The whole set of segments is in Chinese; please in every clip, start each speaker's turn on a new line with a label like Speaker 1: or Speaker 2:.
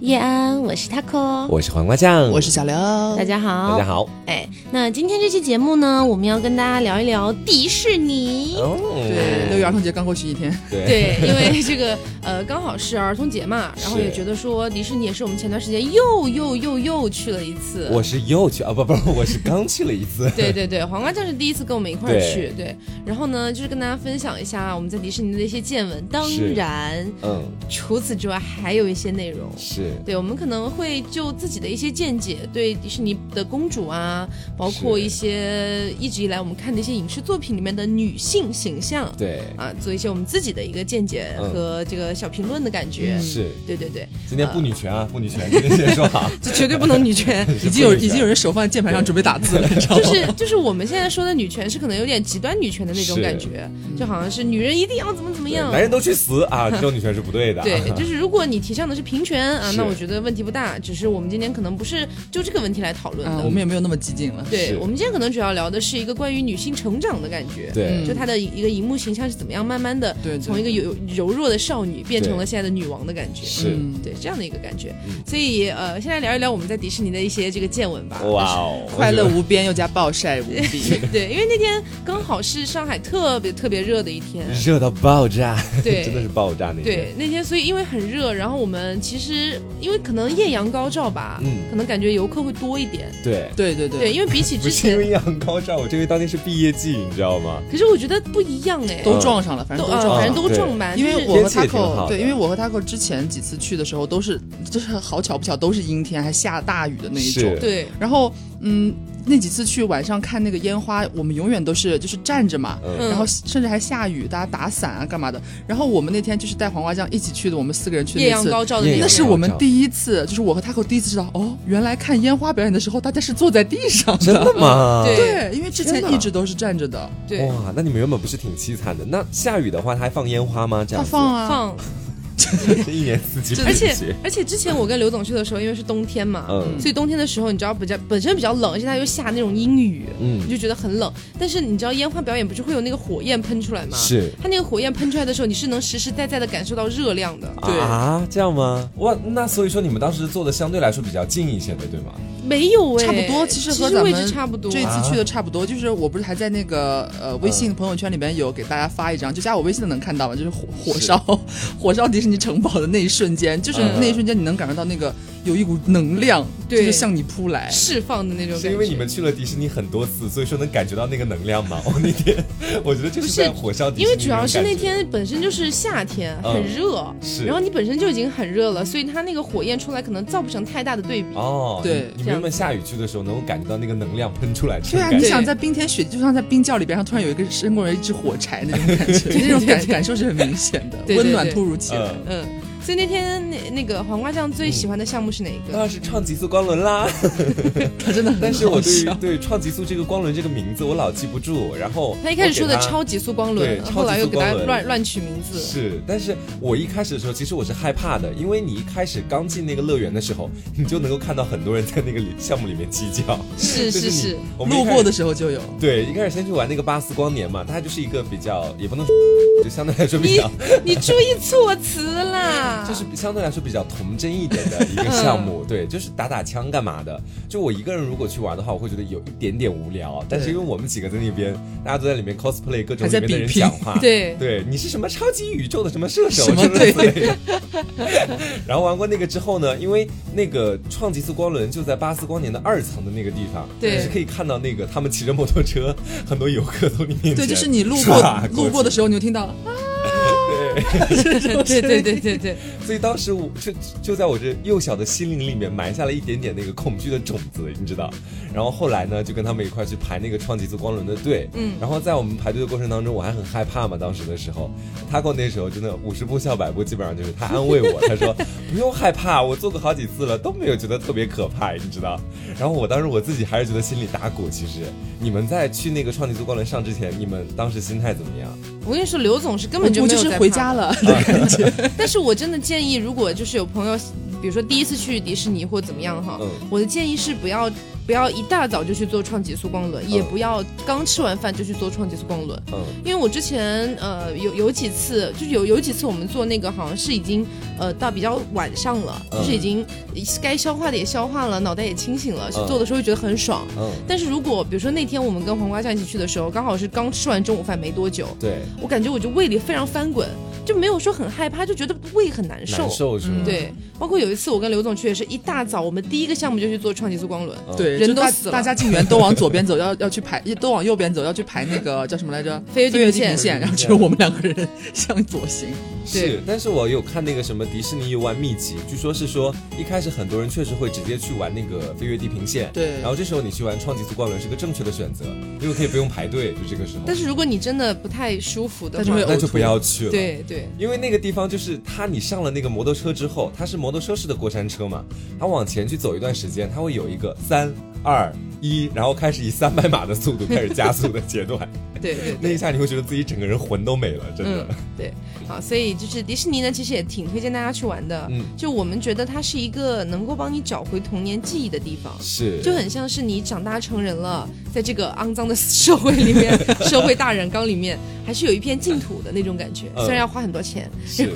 Speaker 1: 叶安，我是 Taco，
Speaker 2: 我是黄瓜酱，
Speaker 3: 我是小刘，
Speaker 1: 大家好，
Speaker 2: 大家。好。
Speaker 1: 哎，那今天这期节目呢，我们要跟大家聊一聊迪士尼。
Speaker 2: 哦，
Speaker 3: 对，六一儿童节刚过去一天，
Speaker 2: 对
Speaker 4: 嗯对，因为这个呃，刚好是儿童节嘛，然后
Speaker 2: 是
Speaker 4: 也觉得说迪士尼也是我们前段时间又又又又去了一次。。
Speaker 2: 我是又去啊，不不，我是刚去了一次
Speaker 4: 对对对，黄瓜酱是第一次跟我们一块儿
Speaker 2: 对
Speaker 4: 去，对。然后呢，就是跟大家分享一下我们在迪士尼的一些见闻，当
Speaker 2: 是
Speaker 4: 然
Speaker 2: 嗯，
Speaker 4: 除此之外还有一些内容。
Speaker 2: 是
Speaker 4: 对，我们可能会就自己的一些见解，对迪士尼的公主啊，包括
Speaker 2: 是
Speaker 4: 一些一直以来我们看的一些影视作品里面的女性形象，
Speaker 2: 对，
Speaker 4: 啊，做一些我们自己的一个见解
Speaker 2: 嗯
Speaker 4: 和这个小评论的感觉。
Speaker 2: 是
Speaker 4: 对对对，
Speaker 2: 今天不女权啊，不女权，今天先说啊 好。
Speaker 4: 这绝对不能 女权。
Speaker 2: 是
Speaker 3: 已经有
Speaker 2: 不女权
Speaker 3: 已经有人手放在键盘上准备打字了，你知道吗？
Speaker 4: 就是就是我们现在说的女权是可能有点极端女权的那种
Speaker 2: 是嗯
Speaker 4: 感觉，就好像是女人一定要怎么怎么
Speaker 2: 对
Speaker 4: 样
Speaker 2: 男。人都去死 啊，这种女权是不对的。
Speaker 4: 对，就是如果你提倡的是平权啊，
Speaker 2: 是
Speaker 4: 那我觉得问题不大。只是我们今天可能不是就这个问题来讨论
Speaker 3: 啊，
Speaker 4: 的。
Speaker 3: 我们也没有那么激进了。
Speaker 2: 是
Speaker 4: 对我们今天可能主要聊的是一个关于女性成长的感觉。
Speaker 2: 对
Speaker 3: 嗯
Speaker 4: 就她的一个荧幕形象是怎么样慢慢的
Speaker 3: 对对
Speaker 4: 从一个柔柔弱的少女变成了现在的女王的感觉。
Speaker 2: 是
Speaker 3: 嗯
Speaker 4: 对这样的一个感觉。
Speaker 2: 嗯
Speaker 4: 所以呃，先来聊一聊我们在迪士尼的一些这个见闻吧。
Speaker 2: 哇 哦，
Speaker 3: 快乐无边，又加暴晒无比。
Speaker 4: 对，因为那天刚好是上海特别特别热的一 天，
Speaker 2: 热到爆炸，
Speaker 4: 对
Speaker 2: 真的是爆炸那
Speaker 4: 对
Speaker 2: 天。
Speaker 4: 那天，所以因为很热，然后我们其实因为可能艳阳高照吧，
Speaker 2: 嗯
Speaker 4: 可能感觉游客会多一点。
Speaker 2: 对
Speaker 3: 对对
Speaker 4: 对，
Speaker 3: 对，
Speaker 4: 因为比起
Speaker 2: 不
Speaker 4: 之
Speaker 2: 是因为
Speaker 4: 前，
Speaker 2: 艳阳高照，我这个当天是毕业季，你知道吗？
Speaker 4: 可是我觉得不一样哎，
Speaker 3: 都撞上了，反正都
Speaker 4: 呃
Speaker 3: 撞
Speaker 4: 反
Speaker 3: 上
Speaker 4: 正
Speaker 3: 了。
Speaker 4: 都
Speaker 2: 对
Speaker 4: 撞满，
Speaker 3: 因为
Speaker 4: 就是
Speaker 3: 我和
Speaker 2: 天气也挺好的
Speaker 3: Taco 对，因为我和 Taco 之前几次去的时候都是，就是好巧不巧都是阴天，还下大雨的那一种
Speaker 2: 是。
Speaker 4: 对
Speaker 3: 然后，嗯，那几次去晚上看那个烟花，我们永远都是就是站着嘛，
Speaker 2: 嗯
Speaker 3: 然后甚至还下雨，大家打伞啊干嘛的。然后我们那天就是带黄瓜酱一起去的，我们四个人去的
Speaker 4: 艳
Speaker 3: 那
Speaker 4: 阳
Speaker 3: 次。
Speaker 4: 高照的
Speaker 2: 艳
Speaker 4: 那
Speaker 2: 阳
Speaker 3: 那
Speaker 4: 种
Speaker 3: 是我们第一次，就是我和 Taco 第一次知道，哦，原来看烟花表演的时候，大家是坐在地上
Speaker 2: 真
Speaker 3: 的。
Speaker 2: 的吗？
Speaker 4: 对
Speaker 3: 对，因为之前
Speaker 4: 天哪
Speaker 3: 一直都是站着的。
Speaker 4: 对
Speaker 2: 哇，那你们原本不是挺凄惨的？那下雨的话，它还放烟花吗？这
Speaker 3: 他
Speaker 2: 样子
Speaker 3: 放啊，
Speaker 4: 放，
Speaker 2: 这一年 四季不
Speaker 4: 而
Speaker 2: 景
Speaker 4: 且
Speaker 2: 气，
Speaker 4: 而且之前我跟刘总去的时候，因为是冬天嘛，
Speaker 2: 嗯
Speaker 4: 所以冬天的时候，你知道比较本身比较冷，而且它又下那种阴雨，
Speaker 2: 嗯
Speaker 4: 你就觉得很冷。但是你知道烟花表演不是会有那个火焰喷出来吗？
Speaker 2: 是
Speaker 4: 它那个火焰喷出来的时候，你是能实实在在的感受到热量的。
Speaker 3: 对
Speaker 2: 啊，这样吗？哇，那所以说你们当时坐的相对来说比较近一些的，对吗？
Speaker 4: 没有哎、
Speaker 3: 差不多，其实和咱
Speaker 4: 位
Speaker 3: 们
Speaker 4: 置差不多。
Speaker 3: 这次去的差不多，就是我不是还在那个呃微信朋友圈里面有给大家发一张，就加我微信的能看到吧，就是火火
Speaker 2: 是
Speaker 3: 烧 火烧迪士尼城堡的那一瞬间，就是
Speaker 2: 嗯
Speaker 3: 那一瞬间你能感受到那个有一股能量，
Speaker 4: 对
Speaker 3: 就是向你扑来。
Speaker 4: 释放的那种感觉。
Speaker 2: 是因为你们去了迪士尼很多次，所以说能感觉到那个能量吗？ 我那天我觉得就是在火烧迪士尼
Speaker 4: 因
Speaker 2: 种感觉，
Speaker 4: 为主要是那天本身就是夏天，
Speaker 2: 嗯
Speaker 4: 很热，
Speaker 2: 是
Speaker 4: 然后你本身就已经很热了，所以它那个火焰出来可能造不成太大的对比。
Speaker 2: 哦，
Speaker 3: 对
Speaker 2: 你你
Speaker 4: 这
Speaker 2: 们
Speaker 4: 样
Speaker 2: 原本下雨去的时候能够感觉到那个能量喷出来，这
Speaker 3: 对
Speaker 2: 种
Speaker 3: 啊，
Speaker 2: 感
Speaker 3: 你
Speaker 2: 觉
Speaker 3: 想在冰天雪地，就像在冰窖里边，然后突然有一个伸过来一支火柴那种感觉，那种感感受是很明显的，
Speaker 4: 对对
Speaker 3: 温暖
Speaker 4: 对
Speaker 3: 突如其来。
Speaker 2: 嗯
Speaker 4: 嗯，所以那天那那个黄瓜酱最喜欢的项目是哪一个？
Speaker 2: 当然是创极速光轮 啦！
Speaker 3: 它 真的很
Speaker 2: 但是我
Speaker 3: 好
Speaker 2: 对于
Speaker 3: 笑。
Speaker 2: 对创极速这个光轮这个名字我老记不住，然后
Speaker 4: 他一开始说的
Speaker 2: 我给它
Speaker 4: 超级速光
Speaker 2: 对
Speaker 4: 轮，
Speaker 2: 超
Speaker 4: 后来
Speaker 2: 级
Speaker 4: 又
Speaker 2: 速
Speaker 4: 给
Speaker 2: 光
Speaker 4: 他
Speaker 2: 轮
Speaker 4: 乱乱取名字。
Speaker 2: 是，但是我一开始的时候，其实我是害怕的，因为你一开始刚进那个乐园的时候，你就能够看到很多人在那个里项目里面鸡叫。
Speaker 4: 是
Speaker 2: 就是你
Speaker 4: 是，
Speaker 2: 我们一
Speaker 3: 路
Speaker 2: 开
Speaker 3: 过的时候就有，
Speaker 2: 对，一开始先去玩那个巴斯光年嘛，它就是一个比较，也不能说 就相对来说比
Speaker 4: 你
Speaker 2: 较，
Speaker 4: 你注意措辞啦。
Speaker 2: 就是相对来说比较童真一点的一个项目。对，就是打打枪干嘛的。就我一个人如果去玩的话，我会觉得有一点点无聊。但是因为我们几个在那边，大家都在里面 cosplay 各种
Speaker 3: 还在
Speaker 2: 里面的人
Speaker 3: 比拼
Speaker 2: 讲 话，
Speaker 4: 对
Speaker 2: 对，你是什么超级宇宙的什么射手
Speaker 3: 什么
Speaker 2: 之类的。 然后玩过那个之后呢，因为那个创极速光轮就在巴斯光年的二层的那个地方，
Speaker 4: 对
Speaker 2: 你是可以看到那个他们骑着摩托车，很多游客从你面前
Speaker 3: 对，就是你路 过
Speaker 2: 刷
Speaker 3: 路过的时候，你就听到啊，
Speaker 4: 对对对对对，
Speaker 2: 去，所以当时我就就在我这幼小的心灵里面埋下了一点点那个恐惧的种子，你知道。然后后来呢，就跟他们一块去排那个创极速光轮的队，嗯，然后在我们排队的过程当中，我还很害怕嘛，当时的时候，Taco 那时候真的五十步笑百步，基本上就是他安慰我，他说不用害怕，我做过好几次了，都没有觉得特别可怕，你知道。然后我当时我自己还是觉得心里打鼓。其实你们在去那个创极速光轮上之前，你们当时心态怎么样？
Speaker 4: 我跟你说，刘总是根
Speaker 3: 我
Speaker 4: 本就
Speaker 3: 就
Speaker 4: 没有
Speaker 3: 是
Speaker 4: 在
Speaker 3: 回
Speaker 4: 怕
Speaker 3: 家了。
Speaker 4: 但是我真的建议，如果就是有朋友，比如说第一次去迪士尼或怎么样哈，
Speaker 2: 嗯
Speaker 4: 我的建议是不要。不要一大早就去做创极速光轮，也不要刚吃完饭就去做创极速光轮，
Speaker 2: 嗯
Speaker 4: 因为我之前呃有有几次，就是有有几次我们做那个好像是已经呃到比较晚上了，
Speaker 2: 嗯
Speaker 4: 就是已经该消化的也消化了，脑袋也清醒了，去
Speaker 2: 嗯
Speaker 4: 做的时候会觉得很爽。
Speaker 2: 嗯，
Speaker 4: 但是如果比如说那天我们跟黄瓜酱一起去的时候，刚好是刚吃完中午饭没多久，
Speaker 2: 对，
Speaker 4: 我感觉我就胃里非常翻滚，就没有说很害怕，就觉得胃很难受。
Speaker 2: 难受是吗？
Speaker 3: 嗯
Speaker 4: 对，包括有一次我跟刘总去也是一大早，我们第一个项目就去做创极速光轮，
Speaker 2: 嗯
Speaker 3: 对，
Speaker 4: 人
Speaker 3: 就
Speaker 4: 都
Speaker 3: 大
Speaker 4: 死了
Speaker 3: 大家进园都往左边走，要要去排，都往右边走，要去排那个叫什么来着？
Speaker 4: 飞越地
Speaker 3: 飞越
Speaker 4: 平
Speaker 3: 地平
Speaker 4: 线。
Speaker 3: 线。然后只有我们两个人 向左行。
Speaker 2: 是，但是我有看那个什么迪士尼游玩秘籍，据说是说一开始很多人确实会直接去玩那个飞越地平线，
Speaker 3: 对
Speaker 2: 然后这时候你去玩创极速光轮是个正确的选择，因为可以不用排队，就这个时候，
Speaker 4: 但是如果你真的不太舒服的
Speaker 3: 但是
Speaker 4: 话
Speaker 3: 会，
Speaker 2: 那就不要去了。。
Speaker 4: 对对，
Speaker 2: 因为那个地方就是它，你上了那个摩托车之后，它是摩托车式的过山车嘛，它往前去走一段时间，它会有一个三二一，然后开始以三百码的速度开始加速的阶 段，
Speaker 4: 对对
Speaker 2: 那一下你会觉得自己整个人魂都没 了，真的
Speaker 4: 嗯。，对，好，所以就是迪士尼呢，其实也挺推荐大家去玩的。
Speaker 2: 嗯
Speaker 4: 就我们觉得它是一个能够帮你找回童年记忆的地方，
Speaker 2: 是，
Speaker 4: 就很像是你长大成人了，在这个肮脏的社会里面，社会大染缸里面，还是有一片净土的那种感觉。
Speaker 2: 嗯
Speaker 4: 虽然要花很多钱，
Speaker 2: 是，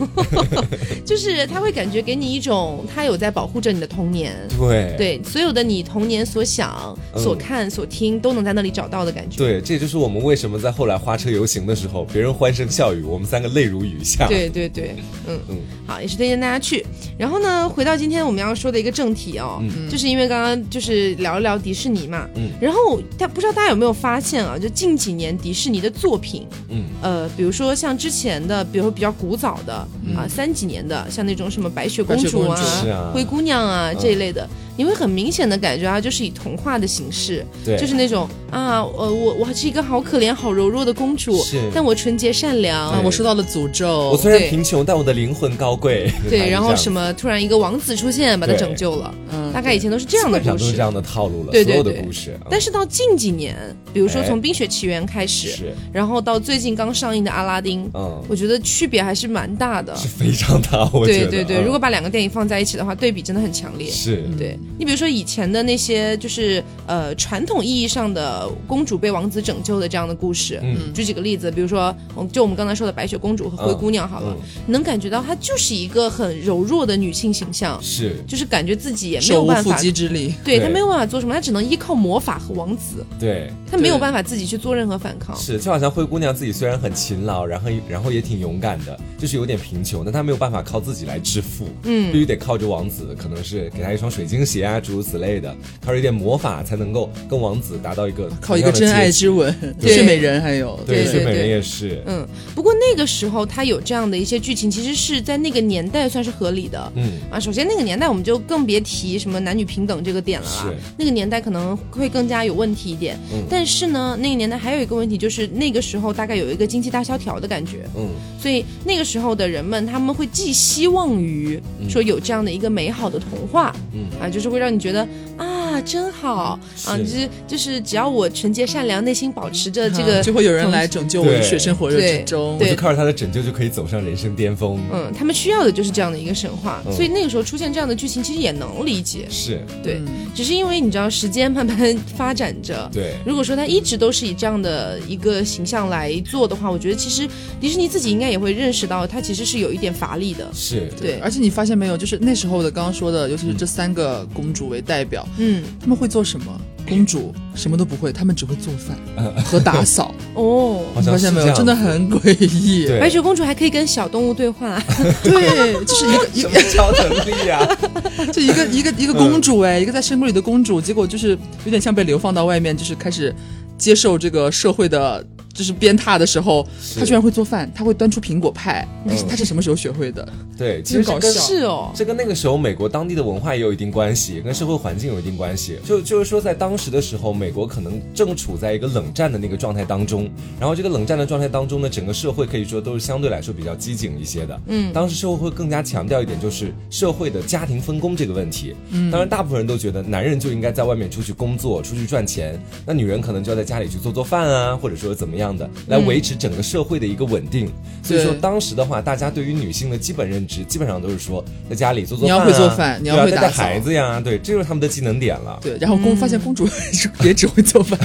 Speaker 4: 就是它会感觉给你一种它有在保护着你的童年。
Speaker 2: 对，
Speaker 4: 对，所有的你童年所想、
Speaker 2: 嗯
Speaker 4: 所看、所听，都能在那里找到的感觉。
Speaker 2: 对，这就是我们为什么在后来花车游行的时候，别人欢声笑语，我们三个泪如雨下。，
Speaker 4: 对对对，嗯
Speaker 2: 嗯
Speaker 4: 嗯，好，也是推荐大家去。然后呢，回到今天我们要说的一个正题哦，就是因为刚刚就是聊一聊迪士尼嘛，
Speaker 2: 嗯
Speaker 4: 然后但不知道大家有没有发现啊，就近几年迪士尼的作品，
Speaker 2: 嗯，
Speaker 4: 呃，比如说像之前的，比如说比较古早的、
Speaker 2: 嗯
Speaker 4: 啊，三几年的，像那种什么白雪公
Speaker 3: 白雪
Speaker 4: 主
Speaker 3: 公
Speaker 4: 啊
Speaker 3: 主、
Speaker 2: 是啊
Speaker 4: 灰姑娘啊、
Speaker 2: 嗯
Speaker 4: 这一类的，你会很明显的感觉啊，就是以童话的形式，
Speaker 2: 对，
Speaker 4: 就是那种啊，呃，我我是一个好可怜、好柔弱的公主
Speaker 2: 是，
Speaker 4: 但我纯洁善良，
Speaker 2: 对
Speaker 3: 啊，我受到了诅
Speaker 2: 我
Speaker 3: 咒。
Speaker 2: 虽然
Speaker 4: 对
Speaker 2: 贫穷，但我的灵魂高贵。
Speaker 4: 对，然后什
Speaker 2: 么，
Speaker 4: 么突然一个王子出现，把他
Speaker 2: 对
Speaker 4: 拯救了，
Speaker 3: 嗯，
Speaker 4: 大概以前都是这样的
Speaker 2: 基本上
Speaker 4: 故
Speaker 2: 都是
Speaker 4: 事
Speaker 2: 这。样的套路了，
Speaker 4: 对对
Speaker 2: 所有的
Speaker 4: 对
Speaker 2: 故事。
Speaker 4: 但
Speaker 2: 是
Speaker 4: 是到近几年，比如说
Speaker 2: 哎
Speaker 4: 从《冰雪奇缘》开始，
Speaker 2: 是，
Speaker 4: 然后到最近刚上映的《阿拉丁》，
Speaker 2: 嗯，
Speaker 4: 我觉得区别还是蛮大的。
Speaker 2: 是非常大，我觉
Speaker 4: 对
Speaker 2: 得。
Speaker 4: 对对，
Speaker 2: 嗯
Speaker 4: 如果把两个电影放在一起的话，对比真的很强烈。
Speaker 2: 是，
Speaker 4: 对你比如说以前的那些，就是呃传统意义上的公主被王子拯救的这样的故事，
Speaker 2: 嗯
Speaker 4: 举几个例子，比如说嗯就我们刚才说的白雪公主和灰
Speaker 2: 嗯
Speaker 4: 姑娘好了，
Speaker 2: 嗯
Speaker 4: 你能感觉到她就是一个很柔弱的女性形象，
Speaker 2: 是，
Speaker 4: 就是感觉自己也没
Speaker 3: 手
Speaker 4: 有
Speaker 3: 无
Speaker 4: 办
Speaker 3: 缚
Speaker 4: 法，
Speaker 3: 鸡之力。
Speaker 4: 对他
Speaker 2: 对
Speaker 4: 没有办法做什么，他只能依靠魔法和王子，
Speaker 2: 对，
Speaker 4: 他没有
Speaker 3: 对
Speaker 4: 办法自己去做任何反抗。
Speaker 2: 是，就好像灰姑娘自己虽然很勤劳，然后然后也挺勇敢的，就是有点贫穷，但她没有办法靠自己来致富，嗯，必须得靠着王子，可能是给她一双水晶鞋啊，诸如此类的，靠着一点魔法才能够跟王子达到一个
Speaker 3: 靠一个真爱之
Speaker 2: 吻，
Speaker 3: 吻，
Speaker 2: 对
Speaker 3: 睡美人还有
Speaker 2: 对，
Speaker 4: 对
Speaker 2: 睡美
Speaker 4: 对
Speaker 2: 人也是，
Speaker 4: 嗯，不过那个时候他有这样的一些剧情，其实是在那个年代算是合理的。
Speaker 2: 嗯，
Speaker 4: 啊，首先那个年代我们就更别提什么男女平等这个点了啦
Speaker 3: 啊
Speaker 2: 是，
Speaker 4: 那个年代可能会更加有问题一点。
Speaker 2: 嗯
Speaker 4: 但是呢，那个年代还有一个问题，就是那个时候大概有一个经济大萧条的感觉，
Speaker 2: 嗯，
Speaker 4: 所以那个时候的人们他们会寄希望于说有这样的一个美好的童话，
Speaker 2: 嗯
Speaker 4: 啊，就是会让你觉得啊真好啊，
Speaker 2: 是
Speaker 4: 就是就是只要我纯洁善良，内心保持着这
Speaker 3: 啊
Speaker 4: 个
Speaker 3: 就会有人来拯救我于水深火热
Speaker 4: 对
Speaker 3: 之中。
Speaker 2: 我
Speaker 4: 对
Speaker 2: 就靠着她的拯救就可以走上人生巅峰，
Speaker 4: 嗯，他们需要的就是这样的一个神话，
Speaker 2: 嗯
Speaker 4: 所以那个时候出现这样的剧情，其实也能理解。
Speaker 2: 是
Speaker 4: 对，
Speaker 3: 嗯
Speaker 4: 只是因为你知道时间慢慢发展着。
Speaker 2: 对，
Speaker 4: 如果说他一直都是以这样的一个形象来做的话，我觉得其实迪士尼自己应该也会认识到，他其实是有一点乏力的。
Speaker 2: 是，
Speaker 4: 对，
Speaker 3: 而且你发现没有，就是那时候的刚刚说的，尤其是这三个公主为代表，
Speaker 4: 嗯，
Speaker 3: 他们会做什么？公主什么都不会，他们只会做饭 和打扫。
Speaker 4: 哦，
Speaker 2: 好
Speaker 3: 你
Speaker 2: 像
Speaker 3: 发
Speaker 2: 是
Speaker 3: 现没
Speaker 2: 这
Speaker 3: 有，
Speaker 2: 样
Speaker 3: 真的
Speaker 2: 子
Speaker 3: 很诡异。
Speaker 2: 对
Speaker 4: 白雪公主还可以跟小动物对 话，
Speaker 3: 对，就是一个一
Speaker 2: 什么超能力啊？
Speaker 3: 就一个一个一个公主
Speaker 2: 嗯
Speaker 3: 哎，一个在深宫里的公主，结果就是有点像被流放到外面，就是开始接受这个社会的。就是鞭挞的时候，
Speaker 2: 是
Speaker 3: 她居然会做饭，她会端出苹果派，她是
Speaker 2: 嗯
Speaker 3: 她是什么时候学会的？
Speaker 2: 对，其
Speaker 3: 真
Speaker 2: 实
Speaker 3: 搞
Speaker 2: 跟
Speaker 3: 笑
Speaker 4: 是哦，
Speaker 2: 这跟那个时候美国当地的文化也有一定关系，跟社会环境有一定关系。就就是说，在当时的时候，美国可能正处在一个冷战的那个状态当中，然后这个冷战的状态当中呢，整个社会可以说都是相对来说比较激进一些的。嗯，当时社会会更加强调一点，就是社会的家庭分工这个问题。嗯，当然，大部分人都觉得男人就应该在外面出去工作，出去赚钱，那女人可能就要在家里去做做饭啊，或者说怎么样。样的，来维持整个社会的一个稳定。所以说
Speaker 3: 对
Speaker 2: 当时的话，大家对于女性的基本认知，基本上都是说在家里做做
Speaker 3: 你要
Speaker 2: 饭、啊，
Speaker 3: 会做饭你要
Speaker 2: 对啊
Speaker 3: 会
Speaker 2: 带
Speaker 3: 打
Speaker 2: 带
Speaker 3: 扫
Speaker 2: 孩子呀，对，这就是他们的技能点了。
Speaker 3: 对，然后公、发现公主 也只会做饭，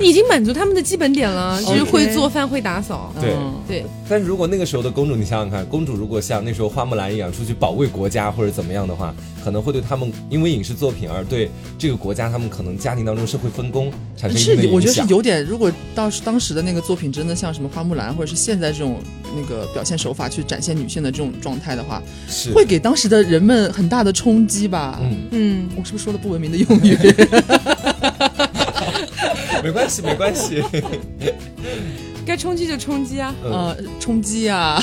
Speaker 4: 已经满足他们的基本点了，就是
Speaker 3: OK
Speaker 4: 会做饭、会打扫。
Speaker 2: 对
Speaker 3: 嗯
Speaker 4: 哦对，
Speaker 2: 但是如果那个时候的公主，你想想看，公主如果像那时候花木兰一样出去保卫国家或者怎么样的话，可能会对他们因为影视作品而对这个国家他们可能家庭当中社会分工产生一定的
Speaker 3: 是，我
Speaker 2: 影
Speaker 3: 觉得是
Speaker 2: 响。
Speaker 3: 有点。如果当时当时的那个作品真的像什么花木兰，或者是现在这种那个表现手法去展现女性的这种状态的话，
Speaker 2: 是
Speaker 3: 会给当时的人们很大的冲击吧。
Speaker 2: 嗯，
Speaker 4: 嗯，
Speaker 3: 我是不是说了不文明的用语？
Speaker 2: 没关系，没关 系。
Speaker 4: 该冲击就冲击啊。
Speaker 2: 嗯，
Speaker 3: 呃，冲击啊，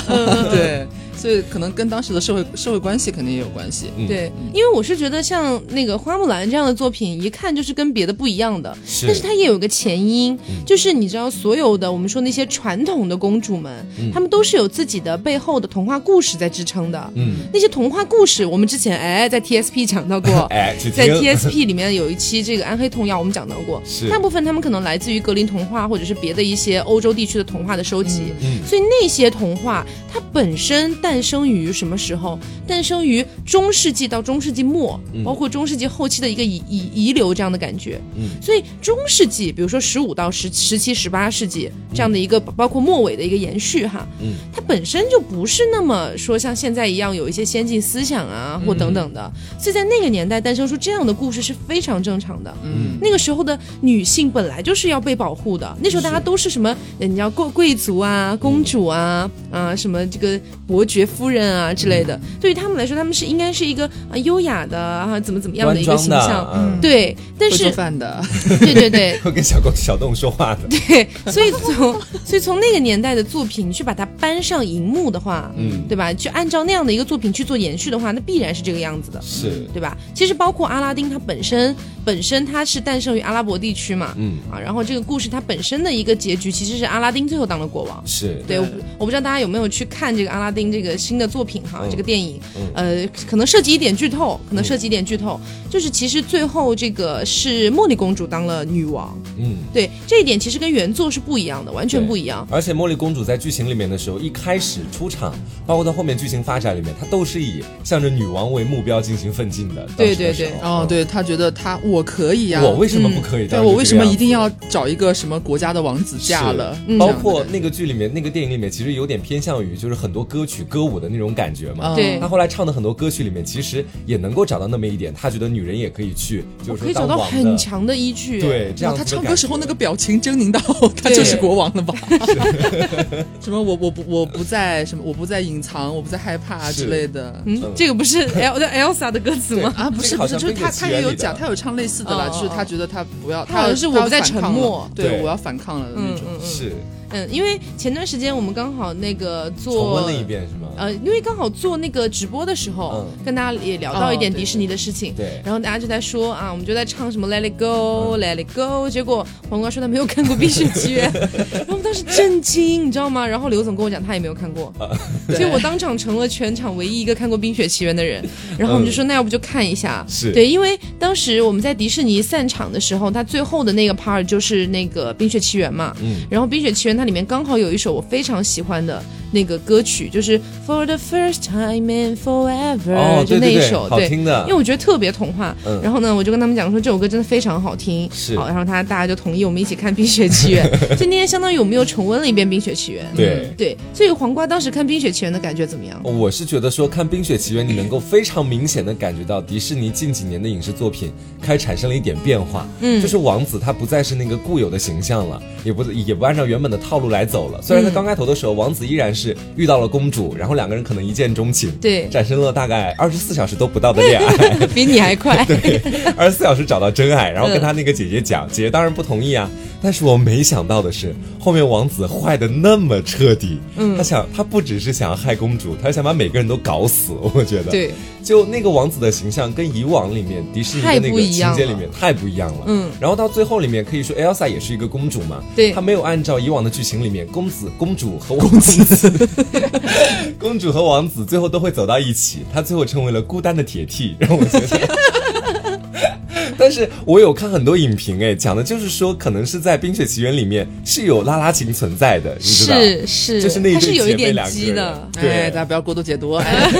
Speaker 3: 对，所以可能跟当时的社会社会关系肯定也有关系。
Speaker 2: 嗯
Speaker 4: 对，因为我是觉得像那个花木兰这样的作品，一看就是跟别的不一样的。
Speaker 2: 是
Speaker 4: 但是它也有一个前因，
Speaker 2: 嗯
Speaker 4: 就是你知道，所有的我们说那些传统的公主们，
Speaker 2: 嗯
Speaker 4: 她们都是有自己的背后的童话故事在支撑的。
Speaker 2: 嗯，，
Speaker 4: 那些童话故事，我们之前哎在 TSP 讲到过
Speaker 3: 呃
Speaker 2: 哎，去
Speaker 4: 在
Speaker 2: 听
Speaker 4: TSP 里面有一期这个暗黑童谣，我们讲到过
Speaker 2: 是，
Speaker 4: 大部分他们可能来自于格林童话或者是别的一些欧洲地区的童话的收集，
Speaker 2: 嗯
Speaker 4: 所以那些童话它本身诞生于什么时候？诞生于中世纪到中世纪末，包括中世纪后期的一个遗遗遗留这样的感觉。
Speaker 2: 嗯
Speaker 4: 所以中世纪，比如说十五到十十七、十八世纪这样的一个、包括末尾的一个延续哈，
Speaker 2: 嗯
Speaker 4: 它本身就不是那么说像现在一样有一些先进思想啊或等等的，所以在那个年代诞生出这样的故事是非常正常的。
Speaker 2: 嗯
Speaker 4: 那个时候的女性本来就是要被保护的，那时候大家都是什么，呃你要贵贵族啊、公主啊、啊什么这个伯爵夫人啊之类的，对于他们来说，他们是应该是一个啊优雅的啊怎么怎么样的
Speaker 2: 端
Speaker 4: 一个
Speaker 2: 庄
Speaker 4: 形
Speaker 2: 的，
Speaker 4: 象。
Speaker 2: 嗯，
Speaker 4: 对，但
Speaker 3: 会做
Speaker 4: 是
Speaker 3: 饭的，
Speaker 4: 对对对，
Speaker 2: 会跟小狗小动物说话的，
Speaker 4: 对，所以从所以从那个年代的作品去把它搬上荧幕的话，
Speaker 2: 嗯，
Speaker 4: 对吧？就按照那样的一个作品去做延续的话，那必然是这个样子的，
Speaker 2: 是，
Speaker 4: 对吧？其实包括阿拉丁，它本身本身它是诞生于阿拉伯地区嘛，
Speaker 2: 嗯，
Speaker 4: 啊，然后这个故事它本身的一个结局其实是阿拉丁最后当了国王。
Speaker 2: 是，
Speaker 4: 对，我
Speaker 3: 对
Speaker 4: 我不知道大家有没有去看这个阿拉丁这个新的作品哈，
Speaker 2: 嗯
Speaker 4: 这个电影，
Speaker 2: 嗯
Speaker 4: 呃，可能涉及一点剧透，可能涉及一点剧透，就是其实最后这个是茉莉公主当了女王，
Speaker 2: 嗯。
Speaker 4: 对这一点其实跟原作是不一样的，完全不一样。
Speaker 2: 而且茉莉公主在剧情里面的时候，一开始出场，包括到后面剧情发展里面，她都是以向着女王为目标进行奋进的。
Speaker 4: 对
Speaker 2: 当时的
Speaker 4: 对对
Speaker 2: 时候嗯
Speaker 3: 哦，，对他觉得他我可以呀、啊嗯
Speaker 2: 我为什么不可以？
Speaker 3: 对
Speaker 2: 当时
Speaker 3: 我为
Speaker 2: 这
Speaker 3: 什
Speaker 2: 个
Speaker 3: 么
Speaker 2: 样
Speaker 3: 一定
Speaker 2: 子
Speaker 3: 要找一个什么国家的王子嫁
Speaker 2: 是
Speaker 3: 了？
Speaker 4: 嗯
Speaker 2: 包
Speaker 3: 这样的
Speaker 2: 括
Speaker 3: 感觉
Speaker 2: 那个剧里面，那个电影里面，其实有点偏向于就是很多歌曲歌舞的那种感觉嘛。
Speaker 3: 嗯
Speaker 4: 对
Speaker 2: 他后来唱的很多歌曲里面，其实也能够找到那么一点，他觉得女人也可以去，就是
Speaker 4: 可
Speaker 2: 说
Speaker 4: 以找
Speaker 2: 当
Speaker 4: 到
Speaker 2: 王的。
Speaker 4: 很强的依据。，哎嗯
Speaker 2: 对，这样
Speaker 3: 然
Speaker 2: 子
Speaker 3: 后他
Speaker 2: 的
Speaker 3: 唱
Speaker 2: 感
Speaker 3: 歌时
Speaker 2: 觉
Speaker 3: 候那个表情狰狞到，他就是国王 了吧？什么我我不我不再什么我不再隐藏，我不再害怕
Speaker 2: 是
Speaker 3: 之类的。
Speaker 4: 嗯，这个不 是 El Elsa 的歌词吗？
Speaker 3: 啊，不
Speaker 2: 这
Speaker 3: 是
Speaker 2: 个好
Speaker 3: 不是，
Speaker 2: 像
Speaker 3: 就是
Speaker 2: 冰
Speaker 3: 他
Speaker 2: 雪
Speaker 3: 他
Speaker 2: 奇缘
Speaker 3: 也有
Speaker 2: 里的
Speaker 3: 讲，他有唱类似的啦，
Speaker 4: 哦
Speaker 3: 就是
Speaker 4: 哦
Speaker 3: 他觉得他不要，
Speaker 4: 好
Speaker 3: 要
Speaker 4: 像是我
Speaker 3: 要
Speaker 4: 不再
Speaker 3: 反
Speaker 4: 沉
Speaker 3: 抗了
Speaker 4: 默
Speaker 3: 对
Speaker 2: 对
Speaker 3: 我要反抗了的那
Speaker 4: 嗯
Speaker 3: 种。
Speaker 4: 嗯嗯
Speaker 2: 是
Speaker 4: 嗯，因为前段时间我们刚好那个做
Speaker 2: 重温了一。遍是吗？
Speaker 4: 呃，因为刚好做那个直播的时候，
Speaker 2: 嗯
Speaker 4: 跟大家也聊到一点
Speaker 3: 哦对嗯
Speaker 4: 迪士尼的事情，
Speaker 2: 对
Speaker 4: 然后大家就在说啊，我们就在唱什么 Let It Go、Let It Go，结果黄瓜说他没有看过《冰雪 奇缘》，然后我们当时震惊，你知道吗？然后刘总跟我讲他也没有看过，
Speaker 3: 啊 对
Speaker 4: 所以我当场成了全场唯一一个看过《冰雪奇缘》的人。
Speaker 3: 嗯
Speaker 4: 然后我们就说，那要不就看一下。
Speaker 2: 是
Speaker 4: 对，因为当时我们在迪士尼散场的时候，它最后的那个 part 就是那个《冰雪奇缘》嘛。
Speaker 2: 嗯。
Speaker 4: 然后《冰雪奇缘》它里面刚好有一首我非常喜欢的那个歌曲，就是 For the first time in forever，、
Speaker 2: 哦，对
Speaker 4: 就那
Speaker 2: 对
Speaker 4: 一
Speaker 2: 对，
Speaker 4: 首，
Speaker 2: 好
Speaker 4: 对。
Speaker 2: 听的
Speaker 4: 因为，我觉得特别童话，
Speaker 2: 嗯
Speaker 4: 然后呢，我就跟他们讲说这首歌真的非常好听，
Speaker 2: 是
Speaker 4: 好，然后他大家就同意我们一起看《冰雪奇缘》， 所以那天相当于我们又重温了一遍《冰雪奇缘》。
Speaker 2: 对。哦
Speaker 4: 对，所以黄瓜当时看《冰雪奇缘》的感觉怎么样？
Speaker 2: 我是觉得说看《冰雪奇缘》，你能够非常明显的感觉到迪士尼近几年的影视作品开始产生了一点变化，嗯，就是王子他不再是那个固有的形象了，也不也不按照原本的套路来走了。
Speaker 4: 嗯
Speaker 2: 虽然他刚开头的时候，王子依然是遇到了公主，然后两个人可能一见钟情，
Speaker 4: 对
Speaker 2: 产生了大概二十四小时都不到的恋爱，
Speaker 4: 比你 还快。
Speaker 2: 二十四小时找到真爱，然后
Speaker 4: 嗯
Speaker 2: 跟他那个姐姐讲，姐姐当然不同意啊。但是我没想到的是，后面王子坏的那么彻底。嗯，他想，他不只是想要害公主，他想把每个人都搞死。我觉得，
Speaker 4: 对，
Speaker 2: 就那个王子的形象跟以往里面迪士尼的那
Speaker 4: 太
Speaker 2: 个
Speaker 4: 不一样
Speaker 2: 情
Speaker 4: 了
Speaker 2: 节里面太不一样了。嗯，然后到最后里面可以说，Elsa 也是一个公主嘛。
Speaker 4: 对
Speaker 2: 她没有按照以往的剧情里面，公子、公主 和王子，公主和王子最后都会走到一起。她最后成为了孤单的铁蹄，让我觉得。 但是我有看很多影评，哎，讲的就是说，可能是在《冰雪奇缘》里面是有拉拉情存在的，你知道？
Speaker 4: 是是，
Speaker 2: 就是那
Speaker 4: 它
Speaker 2: 对
Speaker 4: 是有
Speaker 2: 姐
Speaker 4: 一
Speaker 2: 妹
Speaker 4: 点
Speaker 2: 两个
Speaker 4: 鸡的
Speaker 2: 人，
Speaker 3: 哎，
Speaker 2: 对
Speaker 3: 大，家不要过度解 读。哎，